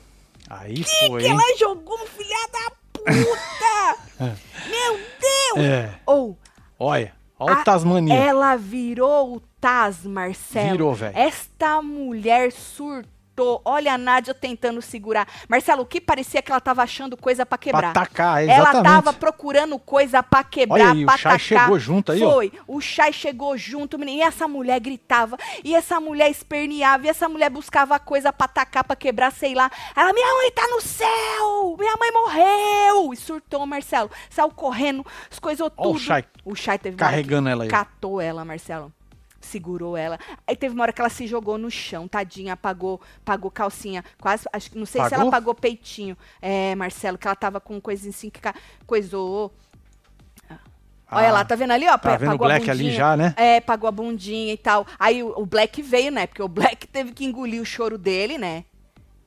A: Aí foi.
B: que
A: hein?
B: ela jogou um filha da
A: (laughs)
B: puta! Meu Deus!
A: É.
B: Ou
A: Olha, olha
B: a-
A: o Tasmania.
B: ela virou o Taz, Marcelo.
A: Virou, velho.
B: Esta mulher surtou. Olha a Nádia tentando segurar. Marcelo, o que parecia que ela tava achando coisa pra quebrar.
A: atacar,
B: Ela
A: exatamente.
B: tava procurando coisa pra quebrar,
A: Olha aí, o
B: pra
A: Chay
B: atacar.
A: chegou junto aí, ó.
B: Foi. O Chay chegou junto, menino. E essa mulher gritava. E essa mulher esperneava. E essa mulher buscava coisa pra atacar, pra quebrar, sei lá. Ela, minha mãe tá no céu! Minha mãe morreu! E surtou, Marcelo. Saiu correndo, as coisas
A: Ó o
B: tudo.
A: Chay
B: O Chay teve uma hora que
A: Carregando ela aí.
B: Catou ela, Marcelo. Segurou ela. Aí teve uma hora que ela se jogou no chão, tadinha, apagou, pagou calcinha. Quase, acho, que- não sei se ela
A: Pagou?
B: pagou peitinho. É, Marcelo, que ela tava com coisa assim que ca- coisou. Olha
A: Ah,
B: lá, tá vendo ali, ó?
A: tá vendo o
B: Pagou a
A: Black ali
B: bundinha.
A: já, né?
B: É, pagou a bundinha e tal. Aí o, o Black veio, né? Porque o Black teve que engolir o choro dele, né?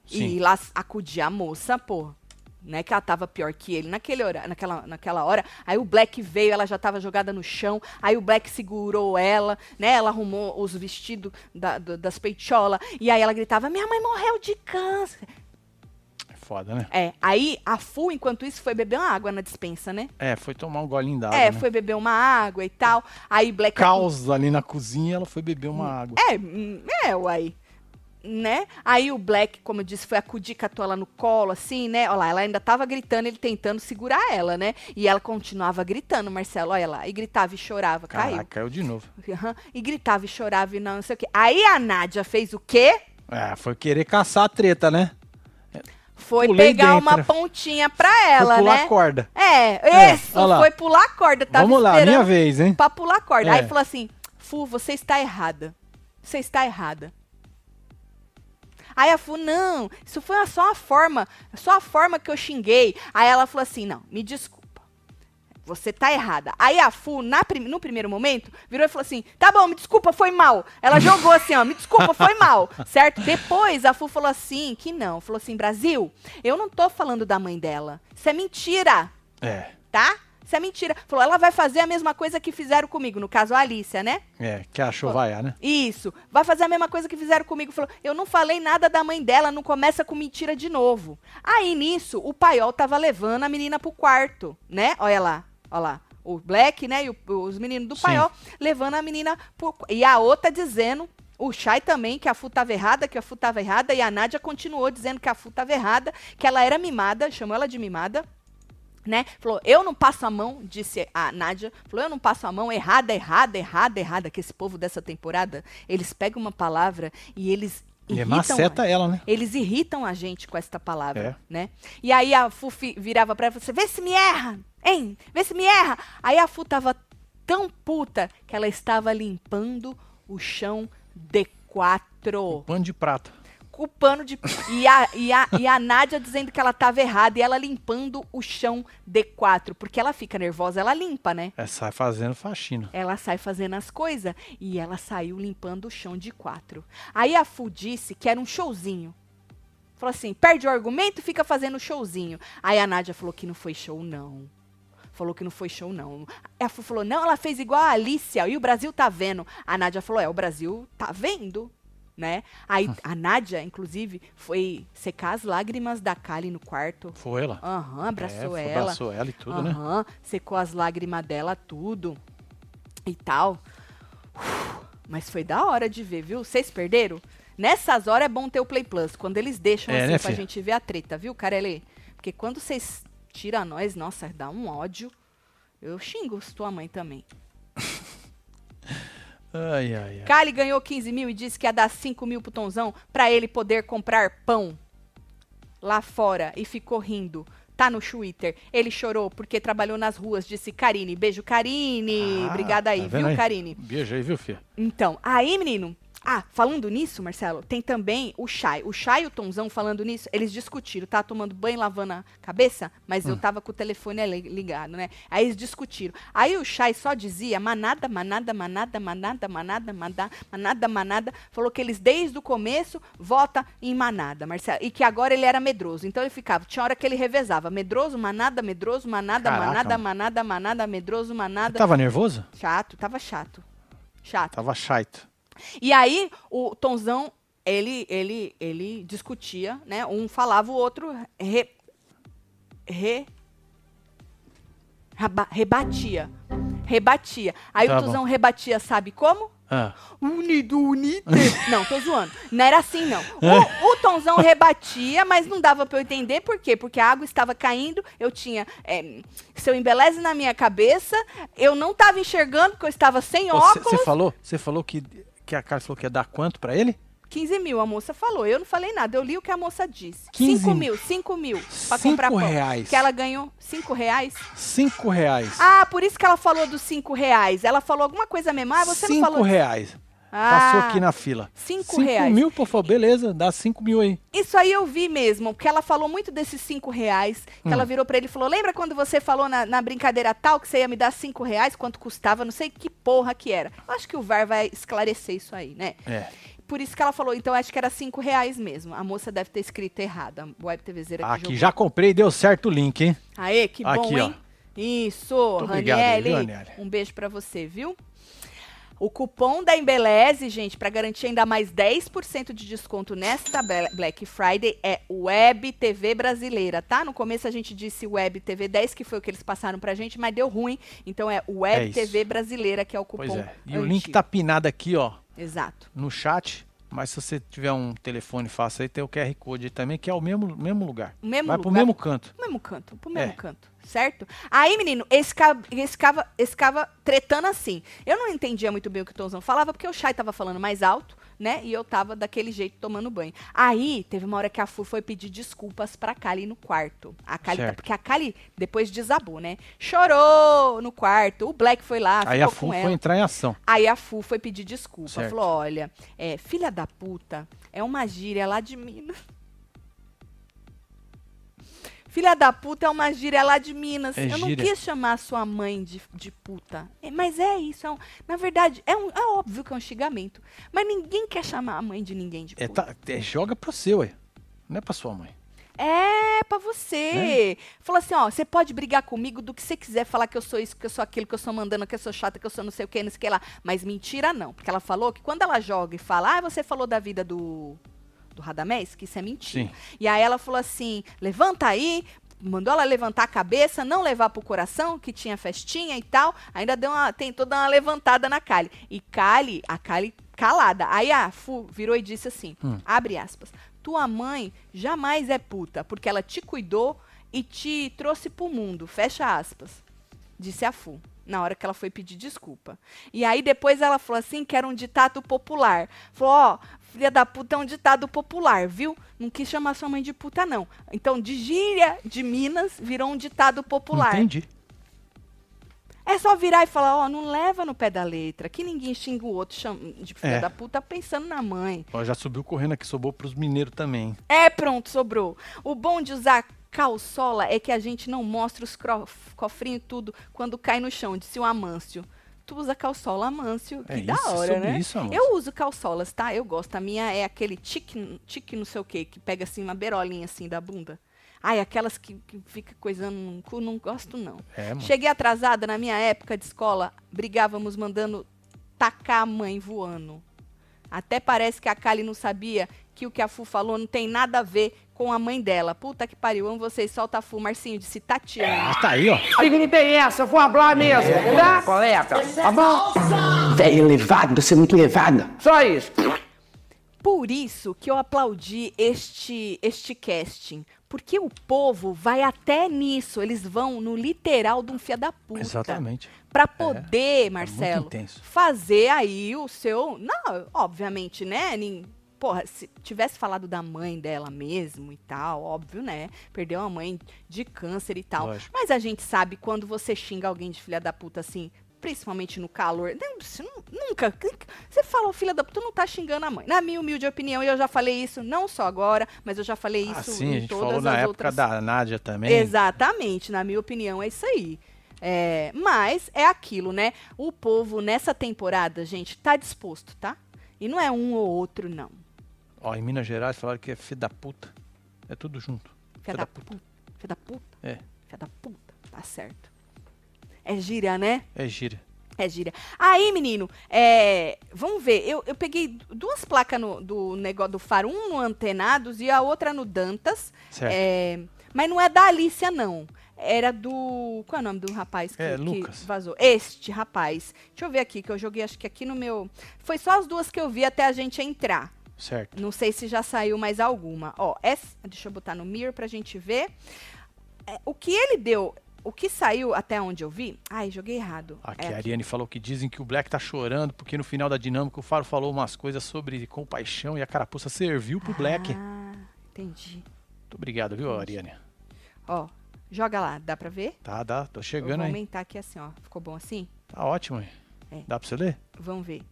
B: E
A: Sim.
B: ir lá acudir a moça, pô. Né, que ela tava pior que ele naquele hora, naquela, naquela hora. Aí o Black veio, ela já tava jogada no chão. Aí o Black segurou ela, né? Ela arrumou os vestidos da- do- das peitiolas. E aí ela gritava: Minha mãe morreu de câncer.
A: É foda, né?
B: É, aí a Fu, enquanto isso, foi beber uma água na dispensa, né?
A: É, foi tomar um golinho d'água.
B: é,
A: né?
B: foi beber uma água e tal. Aí Black.
A: Caos ali na cozinha, ela foi beber uma água.
B: É, hum, é, uai. Né? Aí o Black, como eu disse, foi acudir, catou ela no colo, assim, né? Olha lá, ela ainda tava gritando, ele tentando segurar ela, né? E ela continuava gritando, Marcelo, olha lá. E gritava e chorava,
A: Caraca, caiu. de novo.
B: caiu. Aham. E gritava e chorava e não sei o quê. Aí a Nádia fez o quê?
A: É, foi querer caçar a treta, né?
B: Foi
A: Pulei
B: pegar
A: dentro.
B: uma pontinha pra ela,
A: foi pular
B: né?
A: a corda.
B: É,
A: É,
B: isso,
A: olha lá.
B: foi pular a corda. Tava
A: Vamos lá,
B: esperando
A: minha vez, hein?
B: pra pular a corda.
A: É.
B: Aí falou assim: Fu, você está errada. Você está errada. Aí a Fu, não, isso foi uma- só uma forma, só a forma que eu xinguei. Aí ela falou assim: não, me desculpa. Você tá errada. Aí a Fu, na prim- no primeiro momento, virou e falou assim: tá bom, me desculpa, foi mal. Ela jogou assim, ó, me desculpa, foi mal. Certo? Depois a Fu falou assim: que não. Falou assim: Brasil, eu não tô falando da mãe dela. Isso é mentira
A: É,
B: tá? Isso é mentira. Falou, ela vai fazer a mesma coisa que fizeram comigo. No caso, a Alicia, né?
A: é, que achou vaiar, né?
B: Isso. Vai fazer a mesma coisa que fizeram comigo. Falou, eu não falei nada da mãe dela, não começa com mentira de novo. Aí, nisso, o paiol tava levando a menina pro quarto, né? Olha lá, olha lá. O Black, né? E o- os meninos do
A: Sim.
B: paiol levando a menina pro... E a outra dizendo... O Chay também, que a Fu tava errada, que a Fu tava errada, e a Nádia continuou dizendo que a Fu tava errada, que ela era mimada, chamou ela de mimada né? Falou, eu não passo a mão, disse a Nádia. Falou, eu não passo a mão, errada, errada, errada, errada, que esse povo dessa temporada, eles pegam uma palavra e eles
A: E
B: irritam.
A: maceta
B: a-
A: ela, né? É.
B: Eles irritam a gente com esta palavra, né? E aí a Fu fi- virava pra ela e falou assim, vê se me erra, hein? Vê se me erra. Aí a Fu tava tão puta que ela estava limpando o chão de quatro
A: Pano de prato.
B: com o pano de. E a, e, a, e a Nádia dizendo que ela tava errada e ela limpando o chão D4. Porque ela fica nervosa, ela limpa, né?
A: É, sai fazendo faxina.
B: Ela sai fazendo as coisas e ela saiu limpando o chão de quatro. Aí a Fu disse que era um showzinho. Falou assim: perde o argumento, fica fazendo showzinho. Aí a Nádia falou que não foi show, não. Falou que não foi show, não. A Fu falou: não, ela fez igual a Alicia e o Brasil tá vendo. A Nádia falou: é, o Brasil tá vendo. Né? Aí
A: Hum.
B: a Nádia, inclusive, foi secar as lágrimas da Kali no quarto.
A: Foi ela.
B: Aham, abraçou
A: é, foi-
B: ela.
A: Abraçou ela e tudo, né?
B: Aham, secou as lágrimas dela, tudo e tal. Uf, mas foi da hora de ver, viu? Vocês perderam? Nessas horas é bom ter o Play Plus, quando eles deixam
A: É,
B: assim
A: né,
B: pra
A: filha?
B: gente ver a treta, viu, Carelê? Porque quando vocês tiram nós, nossa, dá um ódio. Eu xingo sua mãe também.
A: Ai, ai, ai.
B: Kali ganhou 15 mil e disse que ia dar 5 mil pro Tonzão pra ele poder comprar pão. lá fora e ficou rindo. Tá no Twitter. Ele chorou porque trabalhou nas ruas, disse Karine. Beijo, Karine. Obrigada aí,
A: Ah, tá vendo
B: viu, Karine?
A: Beijo aí, viu, filho?
B: Então, aí, menino. Ah, falando nisso, Marcelo, tem também o Chay. O Chay e o Tonzão falando nisso, eles discutiram. Tava tomando banho, lavando a cabeça, mas
A: Hum.
B: eu tava com o telefone ali- ligado, né? Aí eles discutiram. Aí o Chay só dizia manada, manada, manada, manada, manada, manada, manada, manada. Falou que eles, desde o começo, vota em manada, Marcelo. E que agora ele era medroso. Então ele ficava, tinha hora que ele revezava. Medroso, manada, medroso, manada,
A: Caraca,
B: manada,
A: mano. Tá-
B: manada, manada, medroso, manada.
A: Tava nervoso?
B: Chato, tava chato. Chato.
A: Tava chato.
B: E aí o Tonzão, ele, ele, ele discutia, né? Um falava, o outro re, re, raba- rebatia. Rebatia. Aí
A: Tá
B: o
A: bom.
B: Tonzão rebatia, sabe como?
A: Ah,
B: Unido,
A: (laughs)
B: unite. Não, tô zoando. Não era assim, não.
A: É.
B: O, o Tonzão rebatia, mas não dava pra eu entender por quê. Porque a água estava caindo, eu tinha eh, seu embeleze na minha cabeça, eu não tava enxergando porque eu estava sem óculos.
A: Você falou, você falou que, que a Carla falou que ia dar quanto pra ele?
B: 15 mil, a moça falou. Eu não falei nada, eu li o que a moça disse.
A: 15
B: 5 mil, 5 mil pra
A: Cinco
B: comprar pão.
A: reais.
B: Que ela ganhou 5 reais.
A: Cinco reais.
B: Ah, por isso que ela falou dos 5 reais. Ela falou alguma coisa mesmo. Ah, você
A: cinco
B: não falou.
A: reais.
B: Ah,
A: Passou aqui na fila.
B: cinco
A: Cinco
B: reais.
A: mil, por favor, beleza. Dá cinco mil aí.
B: Isso aí eu vi mesmo, porque ela falou muito desses 5 reais. Que
A: Hum.
B: ela virou pra ele e falou: Lembra quando você falou na, na brincadeira tal que você ia me dar 5 reais, quanto custava? Não sei que porra que era. Eu acho que o VAR vai esclarecer isso aí, né?
A: É.
B: Por isso que ela falou, então acho que era 5 reais mesmo. A moça deve ter escrito errado. A web TVzeira que
A: tá Aqui,
B: jogou.
A: já comprei, deu certo o link, hein?
B: Aê, que
A: Aqui,
B: bom, hein? Isso,
A: obrigado aí, viu,
B: Raniele.
A: Raniele?
B: Um beijo pra você, viu? O cupom da Embeleze, gente, pra garantir ainda mais 10% de desconto nesta Bla- Black Friday é Web TV Brasileira, tá? No começo a gente disse Web TV 10, que foi o que eles passaram pra gente, mas deu ruim. Então é Web
A: É isso.
B: TV Brasileira que é o cupom.
A: Pois é. E o
B: antigo.
A: link tá pinado aqui, ó,
B: Exato.
A: no chat. Mas se você tiver um telefone fácil aí, tem o QR Code aí também, que é o mesmo, mesmo lugar.
B: O mesmo
A: Vai pro
B: lugar.
A: mesmo canto.
B: Pro mesmo canto, pro mesmo
A: É.
B: canto, certo? Aí, menino, esse ca- esse cava, esse cava tretando assim. Eu não entendia muito bem o que o Tonzão falava, porque o Chay tava falando mais alto, né? E eu tava daquele jeito tomando banho. Aí, teve uma hora que a Fu foi pedir desculpas pra Kali no quarto. A Kali, tá-
A: Certo.
B: porque a Kali depois desabou, né? Chorou no quarto, o Black foi lá,
A: Aí a
B: ficou
A: FU
B: Ah, com ela.
A: foi entrar em ação.
B: Aí a Fu foi pedir desculpa.
A: Então. Certo.
B: Falou: olha, é, filha da puta é uma gíria lá de Minas. Filha da puta é uma gíria lá de Minas.
A: É
B: Eu não
A: gíria.
B: quis chamar a sua mãe de, de puta. É, mas é isso. é um- na verdade, é, um- é óbvio que é um xingamento. Mas ninguém quer chamar a mãe de ninguém de
A: É,
B: puta.
A: tá- é, joga pro seu, aí. Não é pra sua mãe.
B: É pra você. Falou assim, ó, você pode brigar comigo do que você quiser, falar que eu sou isso, que eu sou aquilo, que eu sou mandando, que eu sou chata, que eu sou não sei o que, não sei o que lá. Mas mentira não, porque ela falou que quando ela joga e fala, ah, você falou da vida do do Radamés, que isso é mentira.
A: Sim.
B: E aí ela falou assim, levanta aí, mandou ela levantar a cabeça, não levar pro coração, que tinha festinha e tal. Ainda deu uma, tentou dar uma levantada na Kali. E Kali, a Kali calada. Aí a Fu virou e disse assim, abre aspas, tua mãe jamais é puta, porque ela te cuidou e te trouxe pro mundo, fecha aspas. Disse a Fu, na hora que ela foi pedir desculpa. E aí depois ela falou assim que era um ditado popular. Falou, ó, filha da puta é um ditado popular, viu? Não quis chamar sua mãe de puta, não. Então, de gíria de Minas, virou um ditado popular.
A: Entendi.
B: É só virar e falar, ó, não leva no pé da letra, que ninguém xinga o outro cham- de filha
A: É.
B: da puta pensando na mãe.
A: Ó, já subiu correndo aqui, sobrou pros mineiros também. hein?
B: É, pronto, sobrou. O bom de usar calçola é que a gente não mostra os cro- cofrinhos e tudo quando cai no chão, disse o Amâncio. Tu usa calçola, Amâncio, que
A: É
B: da
A: isso, é
B: hora,
A: sobre
B: né?
A: isso, Amâncio.
B: Eu uso calçolas, tá? Eu gosto. A minha é aquele tique, tique não sei o quê, que pega assim uma berolinha assim da bunda. Ai, aquelas que, que fica coisando no cu, não gosto não.
A: É, mano.
B: Cheguei atrasada na minha época de escola, brigávamos mandando tacar a mãe voando. Até parece que a Kali não sabia que o que a Fu falou não tem nada a ver com a mãe dela. Puta que pariu, amo vocês, solta a Fu, Marcinho disse Tatiana.
A: Mas tá aí, ó.
D: Dignidade é essa, eu vou falar mesmo, tá, colega? Tá bom?
E: Velho elevado, você é muito elevada.
D: Só isso.
B: Por isso que eu aplaudi este este casting, porque o povo vai até nisso, eles vão no literal de um fia da puta.
A: Exatamente.
B: Pra poder, Marcelo,
A: É, intenso.
B: fazer aí o seu. Não, obviamente, né? nin- porra, se tivesse falado da mãe dela mesmo e tal, óbvio, né? Perdeu a mãe de câncer e tal.
A: Lógico.
B: Mas a gente sabe quando você xinga alguém de filha da puta assim, principalmente no calor. Não, você nu- nunca. Você fala, "Ô, filha da puta, tu não tá xingando a mãe. Na minha humilde opinião, e eu já falei isso não só agora, mas eu já falei isso
A: Ah, sim, a
B: em
A: gente
B: todas
A: falou
B: as
A: na época
B: outras
A: da Nádia também.
B: Exatamente, na minha opinião é isso aí. É, mas é aquilo, né? O povo nessa temporada, gente, tá disposto, tá? E não é um ou outro, não.
A: Ó, em Minas Gerais falaram que é filho da puta. É tudo junto.
B: Fé
A: Filho
B: da puta. Fé da puta.
A: É,
B: Fé da puta. Tá certo. É gíria, né?
A: é gíria.
B: É gíria. Aí, menino, é, vamos ver. Eu, eu peguei du- duas placas no- do negócio do faro, um no Antenados e a outra no Dantas.
A: Certo.
B: É, mas não é da Alicia, não. Era do. Qual é o nome do rapaz que,
A: É,
B: que
A: Lucas.
B: vazou? Este rapaz. Deixa eu ver aqui, que eu joguei, acho que aqui no meu. Foi só as duas que eu vi até a gente entrar.
A: Certo.
B: Não sei se já saiu mais alguma. Ó, essa, deixa eu botar no mirror pra gente ver. É, o que ele deu, o que saiu até onde eu vi. Ai, joguei errado.
A: Aqui
B: É
A: a Ariane falou que dizem que o Black tá chorando porque no final da dinâmica o Faro falou umas coisas sobre compaixão e a carapuça serviu pro Black.
B: Ah, entendi.
A: Muito obrigado, viu, Ariane?
B: Ó, joga lá, dá pra ver?
A: Tá, dá, tô
B: Eu vou
A: chegando aí.
B: aumentar aqui assim, ó. Ficou bom assim?
A: Tá ótimo, hein?
B: É.
A: Dá pra você ler?
B: Vamos ver.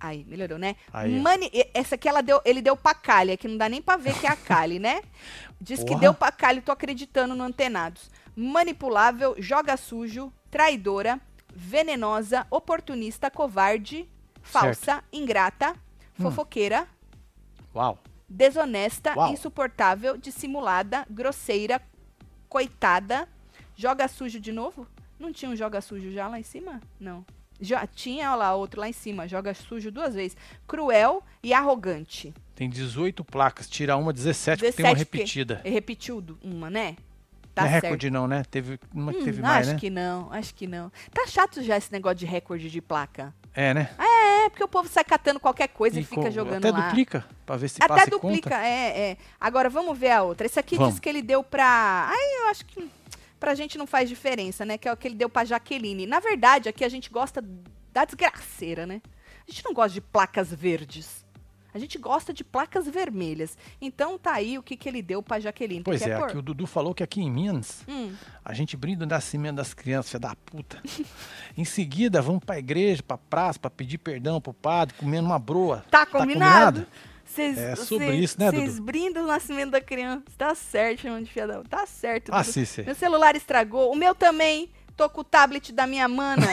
B: Aí, melhorou, né?
A: Aí.
B: Mani- e- essa aqui ela deu, ele deu pra Kali, que não dá nem pra ver que é a Kali,
A: (laughs)
B: né? Diz que
A: Porra.
B: deu pra Kali, tô acreditando no Antenados. Manipulável, joga sujo, traidora, venenosa, oportunista, covarde, falsa, ingrata,
A: Hum.
B: fofoqueira,
A: Uau.
B: desonesta,
A: Uau.
B: insuportável, dissimulada, grosseira, coitada, joga sujo de novo? Não tinha um joga sujo já lá em cima? Não. Já tinha, olha lá, outro lá em cima, joga sujo duas vezes. Cruel e arrogante.
A: Tem 18 placas, tira uma, 17, porque tem
B: 17
A: uma
B: porque-
A: repetida.
B: E repetiu du- uma, né?
A: não
B: Tá
A: é
B: certo.
A: recorde não, né? Teve uma que
B: Hum,
A: teve mais,
B: acho
A: né?
B: que não, acho que não. Tá chato já esse negócio de recorde de placa.
A: É, né?
B: É, porque o povo sai catando qualquer coisa e, fica
A: co-
B: jogando
A: Até
B: lá.
A: duplica, pra ver se
B: Até
A: passa e
B: duplica,
A: conta.
B: é, é. Agora vamos ver a outra. Esse aqui
A: Vamos.
B: diz que ele deu pra. Aí eu acho que hum, pra gente não faz diferença, né? Que é o que ele deu pra Jaqueline. Na verdade, aqui a gente gosta da desgraceira, né? A gente não gosta de placas verdes. A gente gosta de placas vermelhas. Então tá aí o que, que ele deu pra Jaqueline. Tu
A: Pois
B: quer
A: é,
B: pôr?
A: aqui o Dudu falou que aqui em Minas,
B: Hum.
A: a gente brinda o nascimento das crianças, filha da
B: (laughs)
A: puta. em seguida, vamos pra igreja, pra praça, pra pedir perdão pro padre, comendo uma broa.
B: Tá combinado? Cês-
A: É sobre
B: cês-
A: isso, né,
B: Vocês
A: Dudu?
B: brindam o nascimento da criança. Tá certo, chamando de fiadão. Tá certo,
A: Ah,
B: Dudu.
A: Cícero.
B: Meu celular estragou. O meu também. Tô com o tablet da minha
A: (laughs)
B: mana.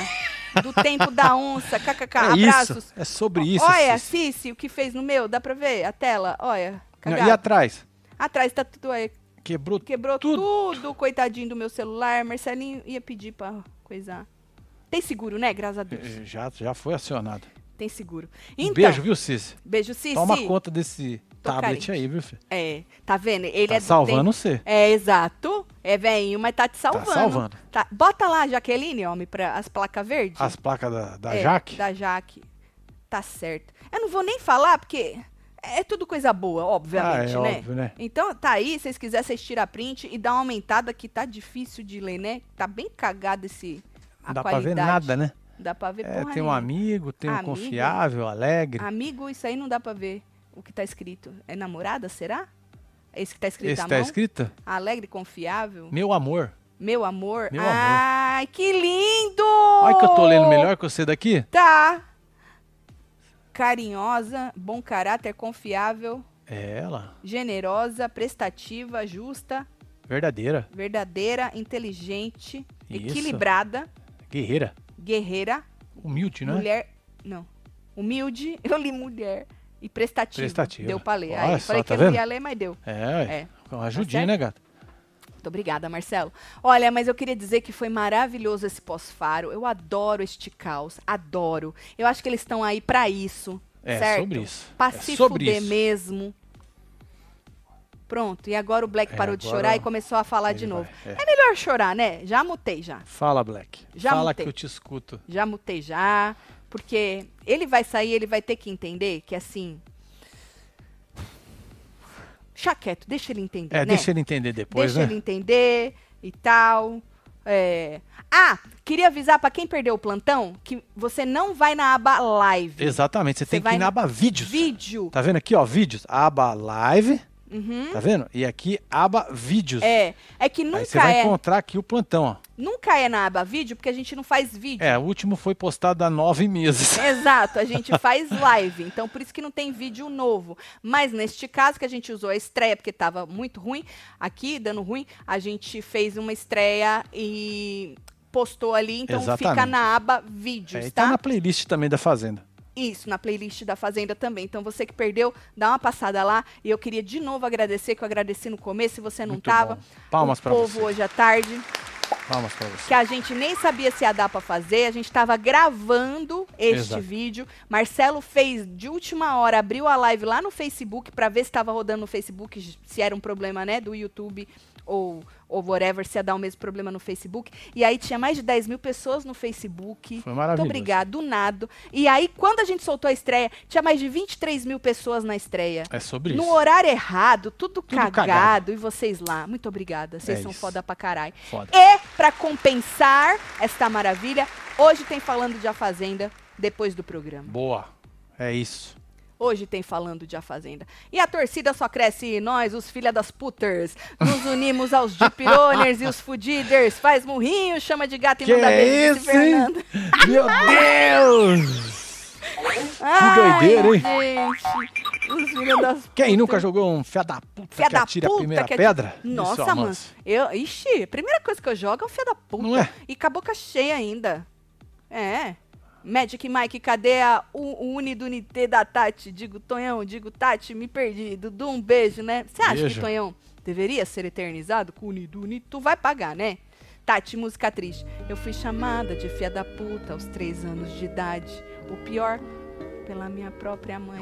B: do tempo da onça. KKK.
A: É
B: Abraços.
A: isso, é sobre isso.
B: Olha,
A: Cícero.
B: Cici, o que fez no meu? Dá pra ver a tela? Olha.
A: Não,
B: cagado.
A: e atrás?
B: Atrás tá tudo aí.
A: Quebrou
B: Quebrou
A: tudo.
B: tudo. coitadinho do meu celular. Marcelinho ia pedir pra coisar. Tem seguro, né? Graças a Deus.
A: Eh, Já, já foi acionado.
B: Tem seguro.
A: Um
B: Então,
A: beijo, viu, Cici?
B: Beijo, Cici.
A: Toma conta desse
B: Tô
A: tablet
B: carente.
A: aí, viu, filho?
B: É, tá vendo? Ele
A: Tá
B: é do
A: salvando
B: tempo-
A: você.
B: É, exato. É veinho, mas tá te salvando.
A: salvando.
B: Tá- Bota lá, Jaqueline, homem, pra, as placas verdes.
A: As placas da, da
B: É,
A: Jaque.
B: Da Jaque. Tá certo. Eu não vou nem falar, porque é tudo coisa boa, obviamente,
A: Ah, é
B: né?
A: óbvio, né?
B: Então tá aí, se vocês quiserem, vocês tiram a print e dá uma aumentada que tá difícil de ler, né? Tá bem cagado esse... a
A: Não dá pra ver
B: qualidade.
A: nada, né?
B: Não dá pra ver
A: É,
B: porra
A: tem um
B: nenhuma.
A: amigo, tem um
B: Amigo.
A: confiável, alegre.
B: Amigo, isso aí não dá pra ver o que tá escrito. É namorada, será? Esse que tá escrito
A: Esse
B: à
A: tá
B: mão?
A: escrita?
B: Alegre, confiável.
A: Meu amor.
B: Meu amor.
A: Meu amor.
B: Ai, que lindo!
A: Olha que eu tô lendo melhor que você daqui.
B: Tá. Carinhosa, bom caráter, confiável,
A: É ela.
B: generosa, prestativa, justa,
A: Verdadeira.
B: verdadeira, inteligente,
A: Isso.
B: equilibrada,
A: Guerreira.
B: guerreira,
A: Humilde, né?
B: mulher. Não. Humilde, (laughs) eu li mulher. E prestativa.
A: Prestativa.
B: Deu pra ler. Aí
A: Olha
B: eu falei
A: só, tá
B: que eu não
A: vendo?
B: ia ler, mas deu.
A: É,
B: É.
A: é. Uma ajudinha,
B: certo?
A: né, gato?
B: Muito obrigada, Marcelo. Olha, mas eu queria dizer que foi maravilhoso esse pós-faro. Eu adoro este caos, adoro. Eu acho que eles estão aí pra isso.
A: É,
B: certo?
A: sobre isso.
B: Pra
A: É
B: se
A: sobre
B: fuder
A: isso.
B: mesmo. Pronto, e agora o Black
A: É,
B: parou de
A: agora
B: chorar e começou a falar de
A: ele
B: novo.
A: vai,
B: É.
A: é.
B: melhor chorar, né? Já mutei já.
A: Fala, Black.
B: Já
A: Fala
B: mutei.
A: que eu te escuto.
B: Já mutei já. Porque ele vai sair, ele vai ter que entender que assim. Chaqueto, deixa ele entender.
A: É,
B: né?
A: deixa ele entender depois,
B: deixa
A: né?
B: ele entender e tal. É. Ah, queria avisar pra quem perdeu o plantão que você não vai na aba live.
A: Exatamente. Você, tem que
B: vai
A: ir na aba vídeos.
B: Vídeo.
A: Tá vendo aqui, ó? Vídeos. Aba live. Tá vendo? E aqui, aba vídeos.
B: Uhum. É. É que
A: Tá. Aí você
B: nunca
A: vai
B: é.
A: encontrar aqui o plantão, ó.
B: Nunca é na aba vídeo, porque a gente não faz vídeo.
A: É, o último foi postado há nove meses.
B: Tá? Exato, a gente faz live, então por isso que não tem vídeo novo. Mas neste caso que a gente usou a estreia, porque tava muito ruim, aqui dando ruim, a gente fez uma estreia e postou ali, então fica
A: Exatamente.
B: na aba vídeos,
A: (laughs) É, e tá
B: tá?
A: na playlist também da Fazenda.
B: Isso, na playlist da Fazenda também. Então você que perdeu, dá uma passada lá. E eu queria de novo agradecer, que eu agradeci no começo, se você não
A: Muito
B: tava.
A: bom. Palmas
B: o
A: pra
B: povo
A: você.
B: hoje à tarde
A: Palmas pra você.
B: que a gente nem sabia se ia dar pra fazer, a gente tava gravando este
A: Exato.
B: vídeo. Marcelo fez de última hora, abriu a live lá no Facebook pra ver se tava rodando no Facebook, se era um problema, né, do YouTube ou, ou whatever, se ia dar o mesmo problema no Facebook. E aí tinha mais de 10 mil pessoas no Facebook.
A: Foi maravilhoso.
B: Muito obrigado, do nada. E aí, quando a gente soltou a estreia, tinha mais de 23 mil pessoas na estreia.
A: É sobre
B: No
A: isso.
B: horário errado, tudo, cagado,
A: cagado.
B: E vocês lá, muito obrigada. Vocês
A: É
B: são
A: isso.
B: foda pra caralho.
A: Foda.
B: E pra compensar esta maravilha, hoje tem falando de A Fazenda depois do programa.
A: Boa. É isso.
B: Hoje tem falando de A Fazenda. E a torcida só cresce e nós, os filha das puters, nos unimos
A: (laughs)
B: aos jipironers e os fudiders. Faz murrinho, chama de gato e
A: Que
B: manda
A: é
B: beijo, disse
A: isso, hein?
B: Fernando.
A: Meu
B: (laughs)
A: Deus!
B: Ai,
A: doideira, hein?
B: gente, os filha das
A: Quem nunca
B: putas.
A: jogou um fia da puta
B: Fia
A: que
B: da
A: atira a
B: puta
A: primeira
B: que atira-
A: pedra? Isso,
B: Nossa,
A: Amanda.
B: mano. Eu, ixi, a primeira coisa que eu jogo é o fia da puta.
A: Não é?
B: E com a boca cheia ainda. É. Magic Mike, cadê a U- o Uni do Unité da Tati? Digo, Tonhão, digo, Tati, me perdi. Dudu, um beijo, né? Você acha que
A: Beijo.
B: Tonhão deveria ser eternizado com o Uni do Uni? Tu vai pagar, né? Tati, música triste. Eu fui chamada de fia da puta aos três anos de idade. O pior, pela minha própria mãe.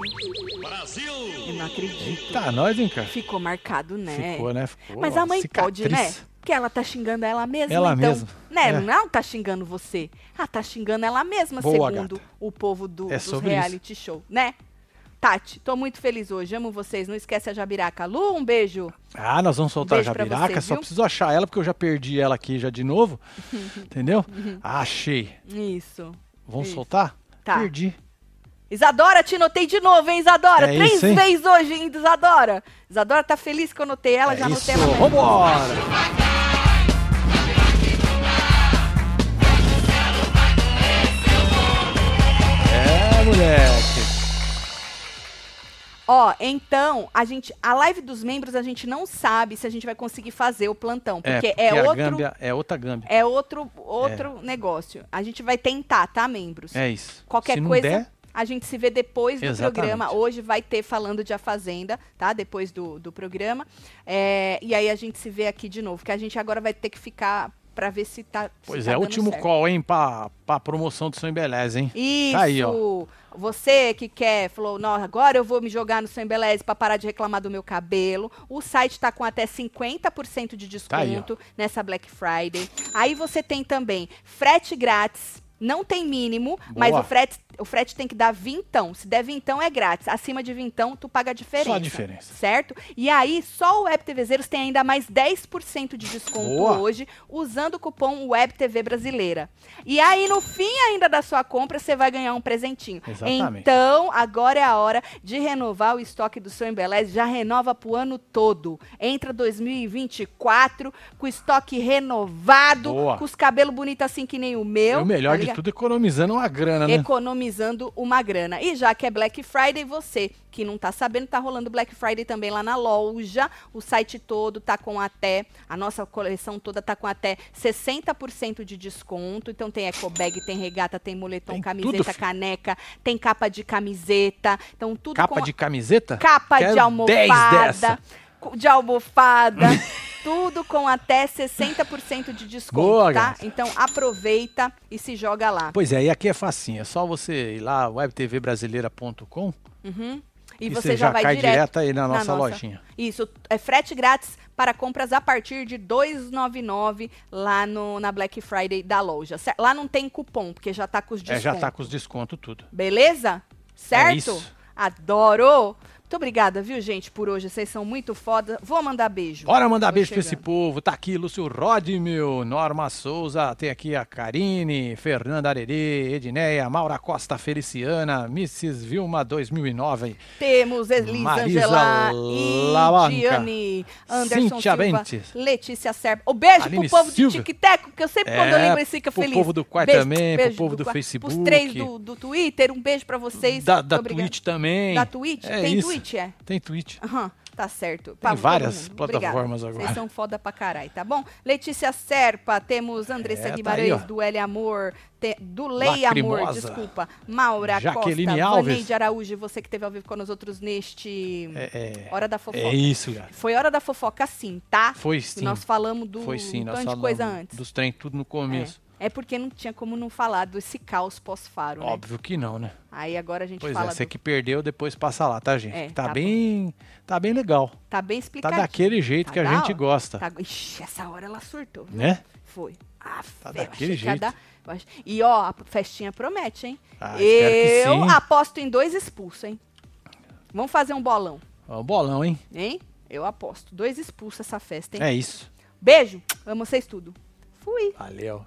B: Brasil! Eu não acredito.
A: Tá, nós, hein, cara?
B: Ficou marcado, né?
A: Ficou, né? Ficou,
B: Mas
A: ó,
B: a mãe pode, né?
A: cicatriz.
B: Porque ela tá xingando ela mesma,
A: Ela
B: então.
A: mesma,
B: Né?
A: é.
B: Não tá xingando você. Ela tá xingando ela mesma,
A: Boa,
B: segundo
A: gata.
B: o povo do,
A: É
B: dos
A: sobre isso.
B: reality show, né? Tati, tô muito feliz hoje. Amo vocês. Não esquece a Jabiraca. Lu, um beijo.
A: Ah, nós vamos soltar
B: Beijo
A: a
B: pra você,
A: jabiraca, só
B: viu?
A: preciso achar ela, porque eu já perdi ela aqui já
B: (laughs)
A: de novo. entendeu?
B: Uhum.
A: Achei.
B: Isso.
A: Vamos
B: Isso.
A: soltar?
B: Tá.
A: Perdi.
B: Isadora, te notei de novo, hein, Isadora?
A: É
B: Três
A: isso, hein?
B: vezes hoje, hein, Isadora? Isadora tá feliz que eu notei ela,
A: É
B: já
A: isso.
B: notei ela. mesmo.
A: Vambora! É, moleque.
B: Ó, então, a gente. A live dos membros, a gente não sabe se a gente vai conseguir fazer o plantão. Porque é,
A: a
B: outro.
A: gâmbia é outra gâmbia.
B: É outro, outro negócio. A gente vai tentar, tá, membros?
A: É isso.
B: Qualquer
A: Se não
B: coisa,
A: der,
B: a gente se vê depois do
A: Exatamente.
B: programa. Hoje vai ter falando de A Fazenda, tá? Depois do, do programa. É, e aí a gente se vê aqui de novo, que a gente agora vai ter que ficar pra ver se tá. se
A: pois
B: tá
A: é,
B: dando
A: último
B: certo.
A: call, hein, pra, pra promoção do São Embeleza, hein?
B: Isso!
A: Tá aí,
B: Você que quer, falou, "Não, agora eu vou me jogar no seu embeleze pra parar de reclamar do meu cabelo. O site tá com até 50% de
A: Tá aí, ó.
B: desconto nessa Black Friday. Aí você tem também frete grátis. Não tem mínimo, mas o frete, o frete tem que dar vintão. Se der vintão, é grátis. Acima de vintão, tu paga a diferença.
A: Só a diferença.
B: Certo? E aí, só o Web TVzeiros tem ainda mais 10% de desconto
A: Boa.
B: hoje, usando o cupom WebTV Brasileira. E aí, no fim ainda da sua compra, você vai ganhar um presentinho.
A: Exatamente.
B: Então, agora é a hora de renovar o estoque do seu Embeleze. Já renova pro ano todo. Entra 2024 com estoque renovado,
A: Boa.
B: com os cabelos bonitos assim que nem o
A: E
B: meu.
A: o melhor
B: tá ligado?
A: de tudo, é economizando uma grana,
B: É
A: né?
B: economizando uma grana. E já que é Black Friday, você que não tá sabendo, tá rolando Black Friday também lá na loja. O site todo tá com até, a nossa coleção toda tá com até 60% de desconto. Então tem eco bag, tem regata, tem moletom,
A: Tem
B: camiseta,
A: tudo, fi.
B: caneca, tem capa de camiseta. Então tudo
A: Capa
B: com
A: de camiseta?
B: capa
A: Quero
B: de
A: 10
B: almofada,
A: dessa.
B: cu- de
A: (laughs)
B: almofada, tudo com até 60% de desconto,
A: Boa,
B: tá?
A: gata.
B: Então aproveita e se joga lá.
A: Pois é, e aqui é facinho. É só você ir lá, webtvbrasileira.com,
B: Uhum. E,
A: e
B: você já, vai
A: cai
B: direto,
A: direto, aí na
B: na
A: nossa,
B: nossa.
A: lojinha.
B: Isso, é frete grátis para compras a partir de 2,99 lá no, na Black Friday da loja. Cer- Lá não tem cupom, porque já tá com os
A: É,
B: descontos.
A: já tá com os descontos tudo.
B: Beleza? Certo?
A: isso.
B: Adoro! Muito obrigada, viu, gente, por hoje. Vocês são muito foda. Vou mandar beijo.
A: Bora mandar
B: Tô
A: beijo pra esse
B: chegando.
A: povo. Tá aqui Lúcio Rodmil, Norma Souza, tem aqui a Karine, Fernanda Arerê, Edneia, Maura Costa Feliciana, Mrs. Vilma 2009,
B: Temos Elis
A: Marisa
B: Angela,
A: Lavanca,
B: Indiane, Anderson
A: Cíntia
B: Silva,
A: Bentes,
B: Letícia Serpa. O beijo
A: Aline
B: pro povo
A: Silva.
B: de Tic-Teco, que eu sempre quando eu
A: É,
B: lembro, eles ficam
A: pro
B: felizes.
A: povo do Quai
B: Beijo,
A: também, pro
B: beijo
A: povo do
B: Quai,
A: Facebook.
B: Os três do, do Twitter, um beijo pra vocês.
A: da,
B: Muito
A: da
B: obrigada.
A: Twitch também.
B: Da Twitch?
A: É
B: Tem Twitch,
A: isso.
B: é?
A: Tem Twitch.
B: Aham, tá certo. Pra todo
A: várias
B: mundo.
A: plataformas
B: Obrigada.
A: agora.
B: Vocês são foda pra caralho, tá bom? Letícia Serpa, temos Andressa
A: É, tá
B: Guimarães,
A: aí, ó.
B: do L Amor, te- do Lei Amor,
A: Lacrimosa.
B: desculpa. Maura
A: Jaqueline
B: Costa,
A: Alves.
B: Vaneide Araújo, você que teve ao vivo com nós outros neste...
A: É, é.
B: Hora da fofoca.
A: É isso, cara.
B: Foi hora da fofoca sim, tá?
A: Foi sim.
B: Nós falamos do
A: Foi sim,
B: um
A: nós
B: tanto de
A: falamos
B: coisa antes.
A: dos trem tudo no começo.
B: É. É porque não tinha como não falar desse caos pós-faro, né?
A: Óbvio que não, né?
B: Aí agora a gente
A: Pois
B: fala
A: é, você
B: do...
A: que perdeu, depois passa lá, tá, gente?
B: É,
A: tá,
B: tá bom.
A: bem, tá bem legal.
B: Tá bem
A: Tá
B: explicado.
A: daquele jeito que a
B: da
A: gente
B: hora.
A: gosta,
B: Tá- Ixi, essa hora ela surtou. viu?
A: né?
B: Foi. Ah,
A: Tá
B: eu
A: daquele
B: achei que ia
A: jeito.
B: dar- eu ach- E ó, a festinha promete, hein?
A: Ah, espero que
B: eu
A: sim.
B: aposto em dois expulsos, hein? Vamos fazer um bolão,
A: Ó, o bolão, hein?
B: hein? Eu aposto. Dois expulsos essa festa, hein?
A: É isso.
B: Beijo. Amo vocês tudo. Fui.
A: Valeu.